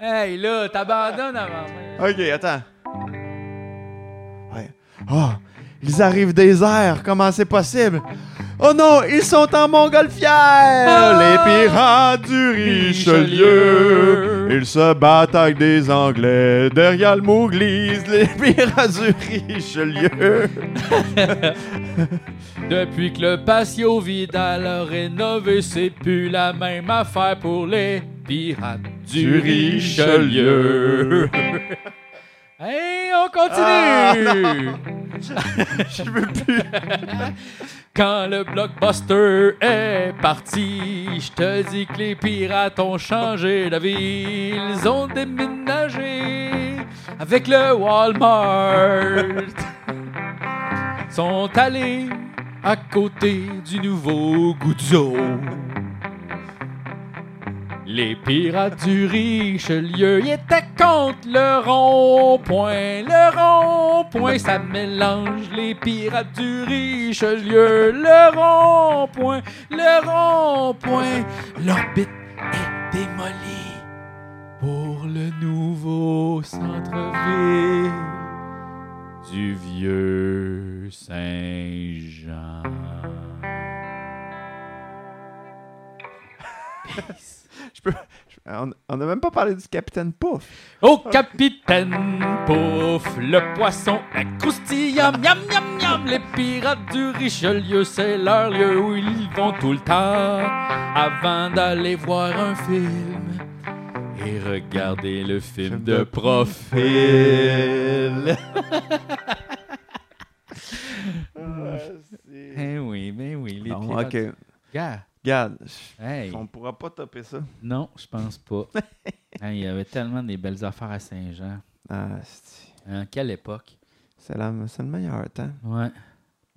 Speaker 1: Hey, là, t'abandonnes avant.
Speaker 2: Ok, attends. Ouais. Oh, ils arrivent des airs. Comment c'est possible? Oh non, ils sont en montgolfière!
Speaker 10: Ah!
Speaker 2: les pirates du Richelieu!
Speaker 1: Richelieu.
Speaker 2: Ils se battent avec des Anglais derrière le Mouglis, les pirates du
Speaker 10: *laughs*
Speaker 2: Richelieu!
Speaker 1: Depuis que le patio Vidal a rénové, c'est plus la même affaire pour les pirates du
Speaker 2: Du
Speaker 1: Richelieu.
Speaker 2: Richelieu. *laughs*
Speaker 1: hey, on continue!
Speaker 2: *laughs* Je veux plus!
Speaker 1: Quand le blockbuster est parti, je te dis que les pirates ont changé la ville. Ils ont déménagé avec le Walmart. Sont allés à côté du nouveau Guzzo.
Speaker 10: Les pirates du Richelieu y étaient contre le rond-point. Le rond-point, ça mélange les pirates du Richelieu. Le rond-point, le rond-point, l'orbite est démolie pour le nouveau centre-ville du vieux Saint-Jean.
Speaker 2: Je peux... je- On on n'a même pas parlé du capitaine Pouf.
Speaker 10: Au capitaine Pouf, le poisson est croustillant, miam miam miam, les pirates du Richelieu, c'est leur lieu où ils vont tout le temps avant d'aller voir un film et regarder le film
Speaker 2: Film
Speaker 10: de
Speaker 2: de
Speaker 10: profil.
Speaker 2: Bon,
Speaker 10: *laughs* Eh oui, mais oui, Ah, les pirates.
Speaker 2: ok.
Speaker 1: Gars,
Speaker 2: Regarde, je-
Speaker 1: hey,
Speaker 2: on pourra pas topper ça.
Speaker 1: non, je pense
Speaker 2: *laughs*
Speaker 1: pas. Hein, il y avait tellement des belles affaires à Saint-Jean.
Speaker 2: Ah, c'est-
Speaker 1: Hein, quelle époque.
Speaker 2: c'est la- c'est le meilleur temps.
Speaker 1: Ouais.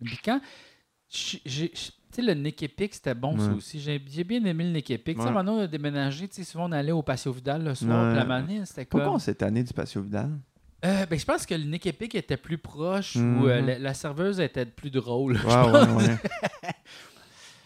Speaker 1: Puis quand. j'ai- j'ai- Tu sais, le Nick Epic, c'était bon, ça
Speaker 2: Ouais.
Speaker 1: aussi. J'ai j'ai bien aimé le Nick Epic. Tu sais,
Speaker 2: Ouais.
Speaker 1: maintenant, on a déménagé. Tu sais, souvent, on allait au Patio Vidal le soir.
Speaker 2: Ouais.
Speaker 1: Puis la manée, c'était comme.
Speaker 2: Pourquoi on s'est tanné du patio Vidal?
Speaker 1: Euh, ben, je pense que le Nick Epic était plus proche
Speaker 2: Mhm.
Speaker 1: ou euh, la, la serveuse était plus drôle.
Speaker 2: Ouais, ouais, ouais. Puis
Speaker 1: *laughs*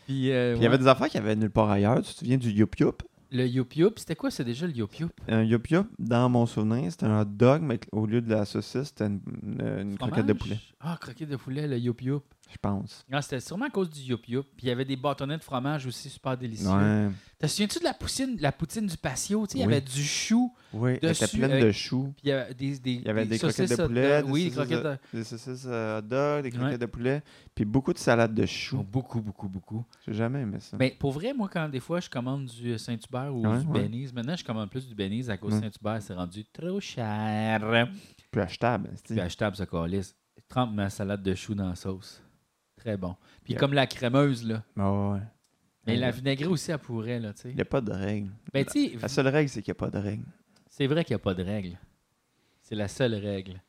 Speaker 1: Puis, euh,
Speaker 2: il y avait
Speaker 1: ouais.
Speaker 2: des affaires qu'il y avait nulle part ailleurs. Tu te souviens du Yup Yup?
Speaker 1: le Youp Youp, c'était quoi? C'est déjà le Youp Youp?
Speaker 2: Un Yup Yup, dans mon souvenir, c'était un hot dog, mais au lieu de la saucisse, c'était une, une- une croquette de poulet,
Speaker 1: Fromage? Ah, croquette de poulet, le Youp Youp.
Speaker 2: je pense.
Speaker 1: Ah, c'était sûrement à cause du Youp Youp. Puis il y avait des bâtonnets de fromage aussi super délicieux.
Speaker 2: Ouais.
Speaker 1: Te souviens-tu de la poutine, la poutine du patio? Tu sais, Il y
Speaker 2: Oui.
Speaker 1: avait du chou.
Speaker 2: Oui, elle était
Speaker 1: Dessus,
Speaker 2: pleine
Speaker 1: avec-
Speaker 2: de choux.
Speaker 1: Puis il y avait des, des,
Speaker 2: Il y avait des
Speaker 1: saucisses
Speaker 2: croquettes de
Speaker 1: hot
Speaker 2: poulet,
Speaker 1: dog.
Speaker 2: des
Speaker 1: Oui, des
Speaker 2: saucisses
Speaker 1: croquettes de...
Speaker 2: Des saucisses euh, hot dog, des croquettes
Speaker 1: Ouais.
Speaker 2: de poulet, puis beaucoup de salade de choux.
Speaker 1: Oh, beaucoup, beaucoup, beaucoup.
Speaker 2: J'ai jamais aimé ça.
Speaker 1: Mais pour vrai, moi, quand des fois je commande du Saint-Hubert ou
Speaker 2: Ouais,
Speaker 1: du
Speaker 2: ouais.
Speaker 1: Benny's, maintenant je commande plus du Benny's à cause
Speaker 2: Ouais.
Speaker 1: Saint-Hubert, c'est rendu trop cher.
Speaker 2: Plus achetable.
Speaker 1: Puis
Speaker 2: c'est-
Speaker 1: achetable ce calice. Trempe ma salade de choux dans la sauce. Très bon. Puis
Speaker 2: Yeah.
Speaker 1: comme la crémeuse, là.
Speaker 2: Ah ouais.
Speaker 1: Mais
Speaker 2: Ouais.
Speaker 1: la vinaigrée aussi, elle pourrait, là, tu sais.
Speaker 2: Il n'y a pas de règle.
Speaker 1: Ben, tu sais,
Speaker 2: La seule règle, c'est qu'il n'y a pas de règle.
Speaker 1: c'est vrai qu'il n'y a pas de règle. C'est la seule règle.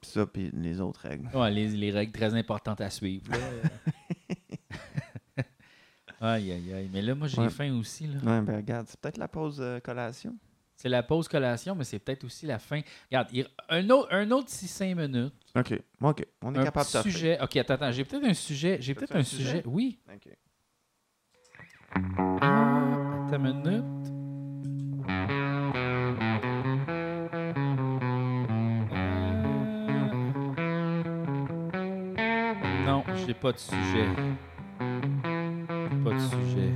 Speaker 2: Puis ça, puis les autres règles.
Speaker 1: Ouais, les, les règles très importantes à
Speaker 2: *laughs*
Speaker 1: suivre. là. aïe, aïe, aïe. Mais là, moi, j'ai
Speaker 2: Ouais.
Speaker 1: faim aussi. Là.
Speaker 2: Ouais, ben regarde, c'est peut-être la pause euh, collation.
Speaker 1: C'est la pause collation, mais c'est peut-être aussi la fin. Regarde, il- un autre, un autre 6-5 minutes.
Speaker 2: OK. OK. On est
Speaker 1: un
Speaker 2: capable
Speaker 1: petit
Speaker 2: de taper.
Speaker 1: sujet. OK, attends, attends. J'ai peut-être un sujet. J'ai
Speaker 2: T'as-tu
Speaker 1: peut-être un
Speaker 2: un
Speaker 1: sujet.
Speaker 2: sujet?
Speaker 1: Oui.
Speaker 2: OK.
Speaker 1: Attends une minute. Euh, Non, j'ai pas de sujet. Pas de sujet.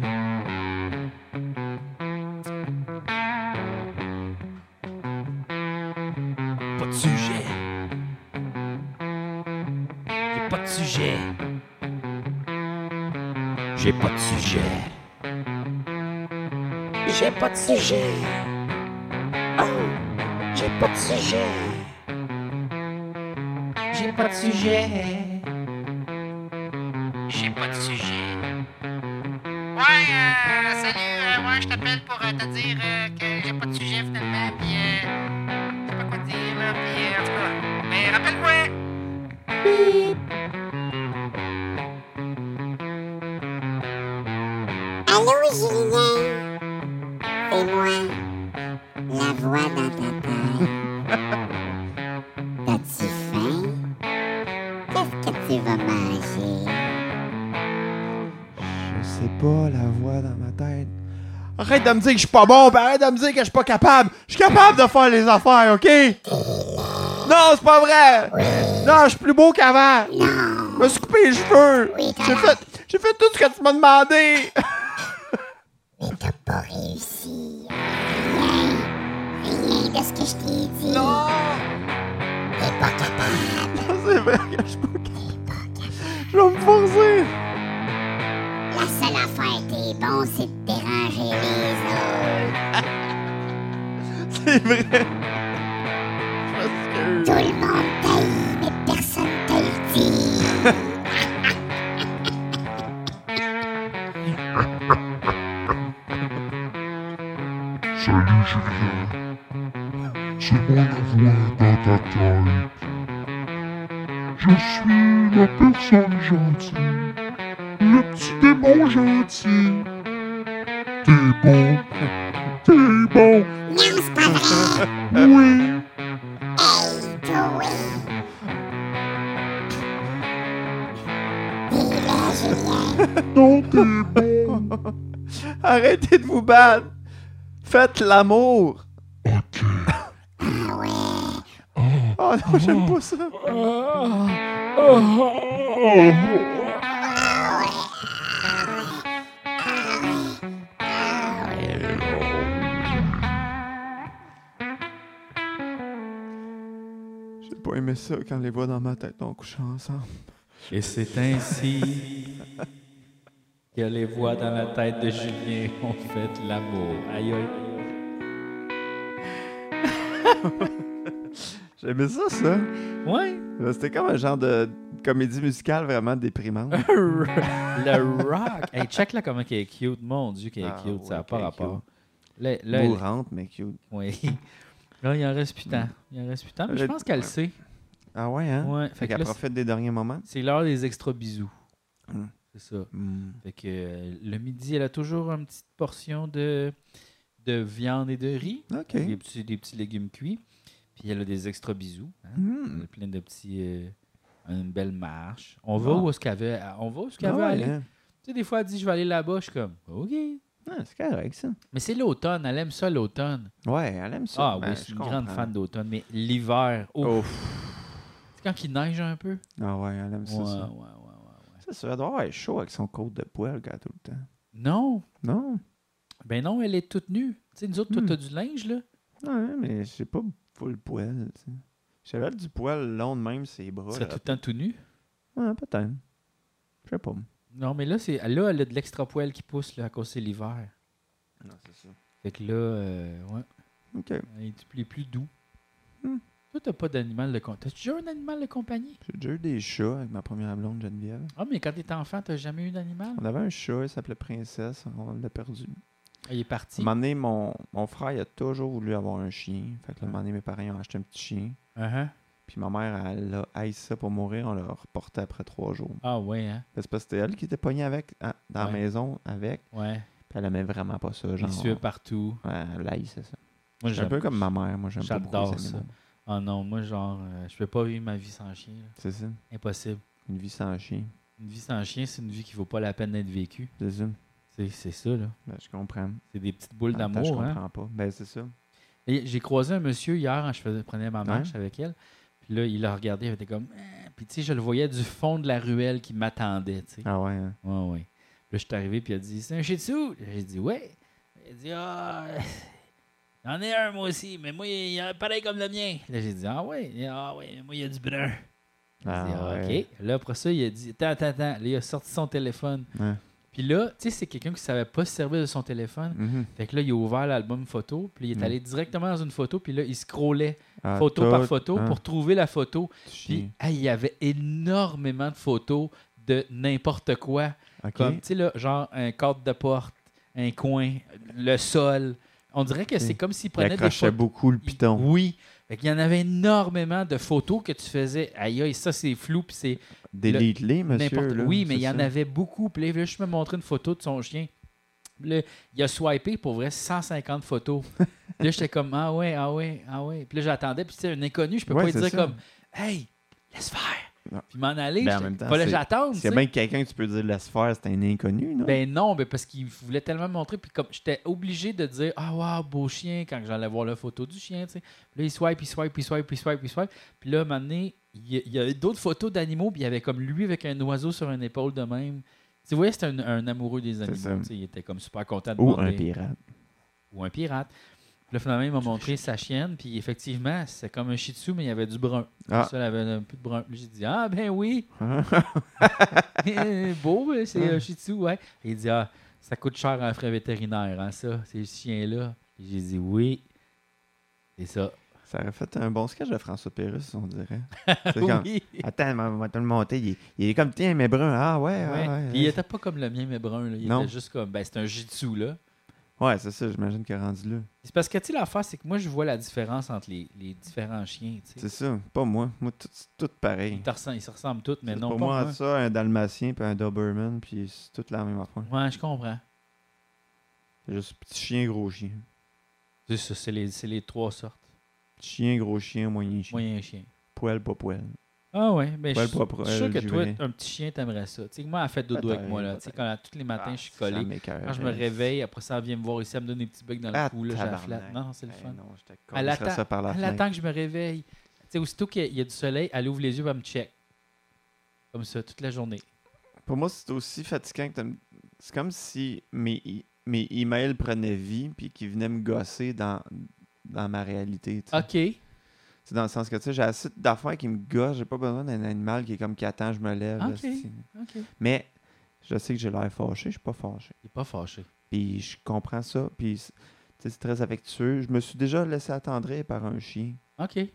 Speaker 1: Pas de sujet. J'ai pas de sujet. J'ai pas de sujet.
Speaker 10: J'ai pas de sujet. Oh, j'ai pas de sujet. J'ai pas de sujet.
Speaker 11: J'ai pas de sujet. Ouais, euh, salut, euh, ouais, je t'appelle pour euh, te dire euh, que j'ai pas de sujet finalement, pis euh, je sais pas quoi te dire là, pis euh, en tout cas, mais rappelle-moi!
Speaker 12: Allô, Julien? C'est moi, la voix dans ta taille. T'as-tu faim? Qu'est-ce que tu vas manger?
Speaker 2: Je sais pas la voix dans ma tête. Arrête de me dire que je suis pas bon, puis arrête de me dire que je suis pas capable. Je suis capable de faire les affaires, OK? Non, c'est pas vrai! Non, je suis plus beau qu'avant! Je me suis coupé les cheveux! J'ai fait, j'ai fait tout ce que tu m'as demandé!
Speaker 12: Mais t'as pas réussi. Rien. Rien de ce que je t'ai dit.
Speaker 2: Non!
Speaker 12: T'es pas capable.
Speaker 2: C'est vrai que je suis pas capable. Je vais me forcer!
Speaker 12: La seule affaire que t'es bon, c'est de déranger les autres.
Speaker 2: C'est vrai! Je m'excuse.
Speaker 12: Tout le monde t'aille, mais personne te le dit.
Speaker 13: Salut Julien. C'est moi la voix dans ta tête. Je suis la personne gentille. Le petit démon gentil. T'es bon. T'es bon.
Speaker 12: Non, c'est pas vrai.
Speaker 13: Oui.
Speaker 12: Hey, toi. T'es là, Julien.
Speaker 13: Non, t'es bon.
Speaker 2: Arrêtez de vous battre. Faites l'amour.
Speaker 13: Ok.
Speaker 12: Ah ouais.
Speaker 2: Oh non, j'aime pas ça. J'ai pas aimé ça quand les voix dans ma tête ont couché ensemble.
Speaker 1: Et c'est ainsi que les voix dans la tête de Julien ont fait l'amour. Aïe, aïe.
Speaker 2: J'aimais ça, ça.
Speaker 1: Ouais.
Speaker 2: C'était comme un genre de comédie musicale vraiment déprimante.
Speaker 1: le rock. Hey, check là comment elle est cute. Mon Dieu, qu'elle est
Speaker 2: Ah,
Speaker 1: cute. ça n'a
Speaker 2: ouais,
Speaker 1: pas
Speaker 2: qu'elle est
Speaker 1: rapport. Là, là, elle-
Speaker 2: Mourante, mais cute.
Speaker 1: oui. Là, il en reste plus tant. Il en reste plus tant. Mais je
Speaker 2: Le-
Speaker 1: pense qu'elle le
Speaker 2: ouais.
Speaker 1: sait.
Speaker 2: Ah ouais, hein?
Speaker 1: Ouais.
Speaker 2: Fait
Speaker 1: Fait que
Speaker 2: qu'elle
Speaker 1: là,
Speaker 2: profite des derniers moments.
Speaker 1: c'est l'heure des extra bisous.
Speaker 2: Hmm.
Speaker 1: C'est ça. Fait que euh, le midi, elle a toujours une petite portion de, de viande et de riz.
Speaker 2: OK.
Speaker 1: Des, petits, des petits légumes cuits. Puis elle a des extra bisous. hein.
Speaker 2: Hmm.
Speaker 1: Elle a plein de petits. euh, une belle marche. On va
Speaker 2: Ah.
Speaker 1: où est-ce qu'elle veut, on va où est-ce qu'elle
Speaker 2: Ah
Speaker 1: veut
Speaker 2: ouais,
Speaker 1: aller.
Speaker 2: hein?
Speaker 1: Tu sais, des fois, elle dit Je vais aller là-bas. Je suis comme OK.
Speaker 2: Ah, c'est correct, ça.
Speaker 1: Mais c'est l'automne. Elle aime ça, l'automne.
Speaker 2: Ouais, elle aime ça.
Speaker 1: Ah
Speaker 2: Ben,
Speaker 1: oui, c'est
Speaker 2: je
Speaker 1: une grande
Speaker 2: comprends.
Speaker 1: fan d'automne. Mais l'hiver, oh,
Speaker 2: Ouf.
Speaker 1: c'est quand il neige un peu.
Speaker 2: Ah ouais, elle aime ça.
Speaker 1: Ouais,
Speaker 2: ça.
Speaker 1: ouais, ouais, ouais, ouais.
Speaker 2: Ça, ça doit avoir chaud avec son côte de poêle quand tout le temps.
Speaker 1: Non.
Speaker 2: Non?
Speaker 1: Ben non, elle est toute nue. Tu sais, nous autres, toi,
Speaker 2: Hmm.
Speaker 1: t'as du linge, là.
Speaker 2: Ouais, mais j'ai pas full poêle, tu sais. J'avais du poêle long de même ses bras.
Speaker 1: Tu serais
Speaker 2: là.
Speaker 1: tout le temps tout nu.
Speaker 2: Ouais, peut-être. Je sais pas.
Speaker 1: Non, mais là, c'est là, elle a de l'extra poêle qui pousse là, à cause c'est l'hiver.
Speaker 2: Non, c'est ça.
Speaker 1: Fait que là, euh, ouais,
Speaker 2: OK.
Speaker 1: il est plus- il est plus doux.
Speaker 2: Hmm.
Speaker 1: Toi, t'as pas d'animal de compagnie. T'as déjà un animal de compagnie?
Speaker 2: J'ai déjà eu des chats avec ma première blonde Geneviève.
Speaker 1: Ah, mais quand t'es enfant, t'as jamais eu d'animal?
Speaker 2: On avait un chat, il s'appelait Princesse, on l'a perdu.
Speaker 1: Ah, il est
Speaker 2: À un
Speaker 1: parti.
Speaker 2: moment donné, mon, mon frère il a toujours voulu avoir un chien. Fait que là, à un moment donné, mes parents ils ont acheté un petit chien.
Speaker 1: Uh-huh.
Speaker 2: Puis ma mère, elle a haï ça pour mourir. On l'a reporté après trois jours.
Speaker 1: Ah, ouais, hein?
Speaker 2: C'est parce que c'était elle qui était pognée avec, à- dans
Speaker 1: Ouais.
Speaker 2: la maison avec.
Speaker 1: Ouais.
Speaker 2: Puis elle aimait vraiment pas ça. Genre,
Speaker 1: Il suit partout.
Speaker 2: ouais, elle haït ça. ça.
Speaker 1: Moi,
Speaker 2: Je suis un
Speaker 1: j'aime-
Speaker 2: peu comme ma mère. Moi, j'aime pas beaucoup
Speaker 1: J'adore
Speaker 2: les
Speaker 1: ça.
Speaker 2: animaux.
Speaker 1: Ah non, moi, genre, euh, je peux pas vivre ma vie sans chien. là.
Speaker 2: C'est ça.
Speaker 1: Impossible.
Speaker 2: Une vie sans chien.
Speaker 1: Une vie sans chien, c'est une vie qui vaut pas la peine d'être vécue.
Speaker 2: C'est ça.
Speaker 1: C'est c'est ça, là.
Speaker 2: Ben, je comprends.
Speaker 1: C'est des petites boules
Speaker 2: En même temps, Ah, Je
Speaker 1: d'amour, hein.
Speaker 2: comprends pas. Ben, c'est ça.
Speaker 1: Et j'ai croisé un monsieur hier, hein, je faisais- prenais ma marche
Speaker 2: Ouais.
Speaker 1: avec elle. Puis là, il la regardait, il était comme. Eh. Puis tu sais, je le voyais du fond de la ruelle qui m'attendait, tu sais.
Speaker 2: Ah ouais. hein.
Speaker 1: Ouais, ouais. Là, je suis arrivé, puis il a dit C'est un shih tzu J'ai dit Ouais. Il a dit Ah, j'en ai un, moi aussi, mais moi, il y a un pareil comme le mien. Là, j'ai dit Ah, ouais. Il a dit, Ah, ouais, mais moi, il y a du brun. J'ai
Speaker 2: Ah
Speaker 1: dit, Ah,
Speaker 2: ouais.
Speaker 1: OK. Là, après ça, il a dit Attends, attends, attends. Là, il a sorti son téléphone.
Speaker 2: Ouais.
Speaker 1: Puis là, tu sais, c'est quelqu'un qui savait pas se servir de son téléphone.
Speaker 2: Mhm.
Speaker 1: Fait que là, il a ouvert l'album photo, puis il est
Speaker 2: Mm.
Speaker 1: allé directement dans une photo, puis là, il scrollait
Speaker 2: Ah,
Speaker 1: photo par
Speaker 2: tout
Speaker 1: photo
Speaker 2: un
Speaker 1: pour trouver la photo. Puis,
Speaker 2: chien.
Speaker 1: hey, il y avait énormément de photos de n'importe quoi.
Speaker 2: Ok.
Speaker 1: Comme, tu sais, là, genre un cadre de porte, un coin, le sol. On dirait que c'est
Speaker 2: Ok.
Speaker 1: comme s'il
Speaker 2: Il
Speaker 1: prenait des
Speaker 2: accrochait
Speaker 1: photos.
Speaker 2: beaucoup le
Speaker 1: Il-
Speaker 2: piton.
Speaker 1: Oui. Fait qu'il y en avait énormément de photos que tu faisais. Aïe, aïe, ça, c'est flou, puis c'est
Speaker 2: Délite-les, monsieur.
Speaker 1: n'importe
Speaker 2: là,
Speaker 1: Oui, mais il y
Speaker 2: c'est
Speaker 1: en
Speaker 2: ça.
Speaker 1: avait beaucoup. Puis là, je me montrer une photo de son chien. Puis Là, il a swipé pour vrai 150
Speaker 2: *laughs*
Speaker 1: photos. Puis là, j'étais comme Ah ouais, ah ouais, ah ouais. Puis là, j'attendais. Puis c'est un inconnu, je peux
Speaker 2: Ouais,
Speaker 1: pas lui
Speaker 2: c'est
Speaker 1: dire
Speaker 2: ça.
Speaker 1: comme Hey, laisse faire.
Speaker 2: Non.
Speaker 1: Puis m'en aller.
Speaker 2: Ben, en
Speaker 1: J'étais-
Speaker 2: même temps,
Speaker 1: fallait que
Speaker 2: c'est-
Speaker 1: j'attende. tu
Speaker 2: C'est
Speaker 1: sais.
Speaker 2: bien que quelqu'un que tu peux dire laisse faire, c'est un inconnu, non?
Speaker 1: Ben non, mais parce qu'il voulait tellement me montrer. Puis comme j'étais obligé de dire Ah, wow, beau chien, quand j'allais voir la photo du chien. tu sais. Puis Là, il swipe, il swipe, il swipe, il swipe, il swipe. Puis là, à un moment donné, il y a- il y a, eu d'autres photos d'animaux. Puis il y avait comme lui avec un oiseau sur une épaule de même. Tu vois, c'était un, un amoureux des
Speaker 2: ça.
Speaker 1: animaux. tu sais. Il était comme super content de
Speaker 2: Ou
Speaker 1: montrer-
Speaker 2: un pirate.
Speaker 1: Ou un pirate. Puis là, finalement, il m'a montré sa chienne. Puis effectivement, c'est comme un shih tzu, mais il y avait du brun.
Speaker 2: Ah.
Speaker 1: Ça, elle avait un peu de brun. Puis J'ai dit Ah, ben
Speaker 2: *laughs*
Speaker 1: oui.
Speaker 2: Hein?
Speaker 1: Eh, beau, mais c'est un Shih Tzu, ouais. Il dit Ah, ça coûte cher un frais vétérinaire, hein, ça, ces chiens-là. J'ai dit Oui. C'est ça.
Speaker 2: Ça aurait fait un bon sketch de François Pérus,
Speaker 1: *laughs*
Speaker 2: on dirait. C'est comme,
Speaker 1: Oui.
Speaker 2: Attends, on va te le monter. Il, est- il est comme, tiens, mais brun. Ah ouais,
Speaker 1: Ouais.
Speaker 2: ouais. ouais,
Speaker 1: Puis il était pas comme le mien, mais brun. là. Il
Speaker 2: Non.
Speaker 1: était juste comme Ben, c'est un Shih Tzu, là.
Speaker 2: Ouais, c'est ça, j'imagine qu'il est rendu là.
Speaker 1: C'est parce que, tu sais, l'affaire, c'est que moi, je vois la différence entre les, les différents chiens. tu sais.
Speaker 2: C'est ça, pas moi. Moi, tout, c'est tout pareil.
Speaker 1: Ils te ressemblent- ils se ressemblent tous, mais
Speaker 2: C'est
Speaker 1: non,
Speaker 2: pour
Speaker 1: pas
Speaker 2: moi,
Speaker 1: moi.
Speaker 2: ça, un dalmatien puis un doberman, puis c'est toute la même affaire.
Speaker 1: Ouais, je comprends.
Speaker 2: Juste petit chien, gros chien.
Speaker 1: C'est ça, c'est les, c'est les trois sortes.
Speaker 2: Petit chien, gros chien, moyen chien.
Speaker 1: Moyen chien.
Speaker 2: Poil, pas poil.
Speaker 1: Ah ouais, ben
Speaker 2: Poil
Speaker 1: je suis
Speaker 2: propre,
Speaker 1: je suis sûr
Speaker 2: euh,
Speaker 1: que toi,
Speaker 2: juvénile.
Speaker 1: un petit chien, t'aimerais ça. Tu sais, que moi, elle fait dodo avec
Speaker 2: Peut-être,
Speaker 1: moi, là. Tu sais,
Speaker 2: peut-être.
Speaker 1: quand là, tous les matins,
Speaker 2: Ah,
Speaker 1: je suis collé.
Speaker 2: ça m'écœure.
Speaker 1: Quand je me réveille, après ça, elle vient me voir ici, elle me donne des petits bugs dans le
Speaker 2: Ah,
Speaker 1: cou, là, je la
Speaker 2: tabarnak.
Speaker 1: flatte. Non, c'est le
Speaker 2: Eh
Speaker 1: fun.
Speaker 2: Non, je te
Speaker 1: Elle
Speaker 2: collerais
Speaker 1: attend-
Speaker 2: ça par la
Speaker 1: Elle
Speaker 2: fenêtre.
Speaker 1: attend que je me réveille. Tu sais, aussitôt qu'il y a- il y a du soleil, elle ouvre les yeux, elle me check. Comme ça, toute la journée.
Speaker 2: Pour moi, c'est aussi fatigant que t'aimes- C'est comme si mes, e- mes emails prenaient vie puis qu'ils venaient me gosser dans, dans ma réalité. tu sais.
Speaker 1: OK.
Speaker 2: C'est dans le sens que tu sais, j'ai assez d'affaires qui me gossent. J'ai pas besoin d'un animal qui est comme qui attend, je me lève. là,
Speaker 1: Ah, Ok.
Speaker 2: c'est-
Speaker 1: OK. Il
Speaker 2: Mais je sais que j'ai l'air fâché, je suis pas fâché.
Speaker 1: est pas fâché.
Speaker 2: Puis je comprends ça. Puis c'est- tu sais, c'est très affectueux. Je me suis déjà laissé attendrir par un chien
Speaker 1: OK. Ouais,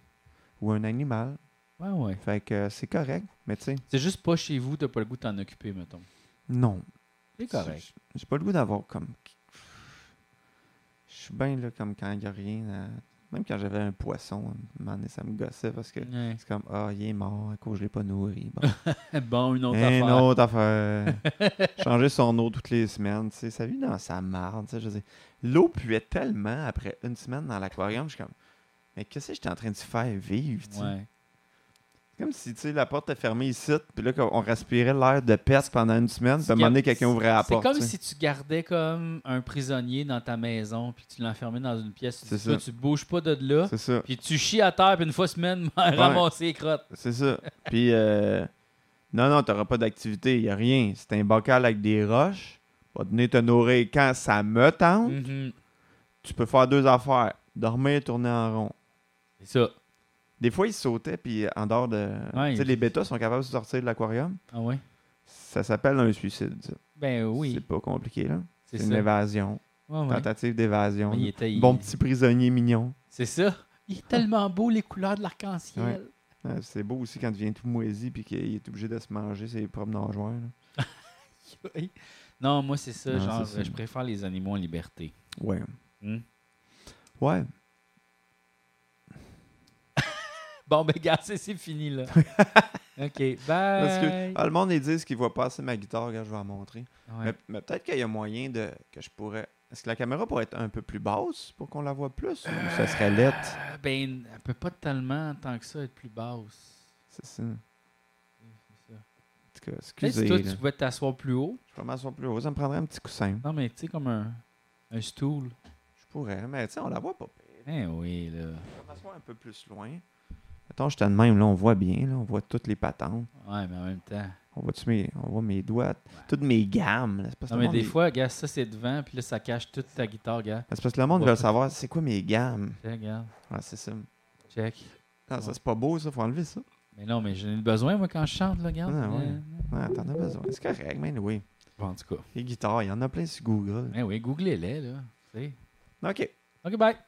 Speaker 2: ou un animal.
Speaker 1: ouais.
Speaker 2: Fait que euh, c'est correct. Mais tu sais,
Speaker 1: C'est juste pas chez vous, t'as pas le goût de t'en occuper, mettons.
Speaker 2: non.
Speaker 1: C'est correct.
Speaker 2: J'ai- J'ai pas le goût d'avoir comme. Je suis bien là comme quand il n'y a rien. à- Même quand j'avais un poisson, à un moment donné, ça me gossait parce que
Speaker 1: Ouais.
Speaker 2: c'est comme Ah, il est mort, à cause je l'ai pas nourri. Bon.
Speaker 1: Bon, une autre
Speaker 2: Hey,
Speaker 1: affaire.
Speaker 2: une autre affaire.
Speaker 1: *laughs*
Speaker 2: Changer son eau toutes les semaines. tu sais, ça vit dans sa marde. tu sais, je veux dire. L'eau puait tellement après une semaine dans l'aquarium. Je suis comme, mais qu'est-ce que j'étais en train de faire vivre? tu sais?
Speaker 1: Ouais.
Speaker 2: C'est comme si tu sais, la porte était fermée ici, puis là, qu'on- on respirait l'air de peste pendant une semaine, puis à un moment donné, quelqu'un ouvrait la porte.
Speaker 1: C'est comme
Speaker 2: tu sais.
Speaker 1: si tu gardais comme un prisonnier dans ta maison, puis que tu l'enfermais dans une pièce. Tu,
Speaker 2: C'est
Speaker 1: dis, toi,
Speaker 2: ça.
Speaker 1: tu bouges pas de là,
Speaker 2: C'est ça.
Speaker 1: puis tu chies à terre, puis une fois semaine, *laughs* ramasser les crottes.
Speaker 2: C'est ça. Puis, euh, non, non, t'auras pas d'activité, y a rien. C'est un bocal avec des roches. Va venir te nourrir quand ça me tente.
Speaker 1: Mhm.
Speaker 2: Tu peux faire deux affaires. Dormir et tourner en rond.
Speaker 1: C'est ça.
Speaker 2: Des fois, ils sautaient, puis en dehors de...
Speaker 1: Ouais,
Speaker 2: tu sais,
Speaker 1: ils-
Speaker 2: les bêtas sont capables de sortir de l'aquarium.
Speaker 1: Ah ouais?
Speaker 2: Ça s'appelle un suicide, ça.
Speaker 1: Ben oui,
Speaker 2: C'est pas compliqué, là.
Speaker 1: c'est
Speaker 2: C'est une
Speaker 1: ça.
Speaker 2: évasion.
Speaker 1: Ouais, ouais.
Speaker 2: Tentative d'évasion.
Speaker 1: Il était- il-
Speaker 2: Bon petit prisonnier mignon.
Speaker 1: C'est ça. Il est tellement beau, les couleurs de l'arc-en-ciel.
Speaker 2: Ouais. Ouais, Euh, C'est beau aussi quand il devient tout moisi, puis qu'il est obligé de se manger ses propres nageoires. là.
Speaker 1: *laughs* Oui. Non, moi, c'est ça.
Speaker 2: Non,
Speaker 1: genre,
Speaker 2: c'est ça.
Speaker 1: je préfère les animaux en liberté.
Speaker 2: Ouais.
Speaker 1: Hmm.
Speaker 2: Ouais.
Speaker 1: Bon, ben, gars, c'est c'est fini,
Speaker 2: *laughs*
Speaker 1: là. OK, bye.
Speaker 2: Parce que ah, le monde, ils disent qu'ils voient pas assez ma guitare, regarde, je vais la montrer.
Speaker 1: Euh, Ouais.
Speaker 2: Mais, mais peut-être qu'il y a moyen de que je pourrais. Est-ce que la caméra pourrait être un peu plus basse pour qu'on la voit plus ou ça serait lettre
Speaker 1: Ah, Ben, elle peut pas tellement, tant que ça, être plus basse.
Speaker 2: C'est ça.
Speaker 1: c'est ça.
Speaker 2: En tout cas,
Speaker 1: Peut-être
Speaker 2: excusez.
Speaker 1: que toi,
Speaker 2: là.
Speaker 1: tu pouvais t'asseoir plus haut.
Speaker 2: Je vais m'asseoir plus haut. Ça me prendrait un petit coussin.
Speaker 1: Non, mais tu sais, comme un, un stool.
Speaker 2: Je pourrais, mais tu sais, on la voit pas. pire.
Speaker 1: Eh oui, là.
Speaker 2: Je vais m'asseoir un peu plus loin. Attends, je de même, là, on voit bien, là, on voit toutes les patentes.
Speaker 1: Ouais, mais en même temps.
Speaker 2: On voit, mes, on voit mes doigts, toutes mes gammes. là. C'est parce que
Speaker 1: Non,
Speaker 2: le
Speaker 1: mais
Speaker 2: monde,
Speaker 1: des
Speaker 2: il-
Speaker 1: fois, gars, ça, c'est devant, puis là, ça cache toute ta guitare, gars.
Speaker 2: C'est parce que le monde
Speaker 1: On
Speaker 2: veut
Speaker 1: voit-
Speaker 2: savoir c'est quoi mes gammes.
Speaker 1: Tiens, regarde.
Speaker 2: Ouais, c'est ça.
Speaker 1: Check.
Speaker 2: Ah, ça, c'est pas beau, ça, faut enlever ça.
Speaker 1: Mais non, mais j'en ai besoin, moi, quand je chante, là, regarde.
Speaker 2: Ah, ouais.
Speaker 1: Euh,
Speaker 2: Ouais, t'en as besoin. C'est correct, man, oui.
Speaker 1: Bon, en tout cas.
Speaker 2: Les guitares, il y en a plein sur Google.
Speaker 1: Eh oui, googlez-les, là. Tu sais.
Speaker 2: OK.
Speaker 1: OK, bye.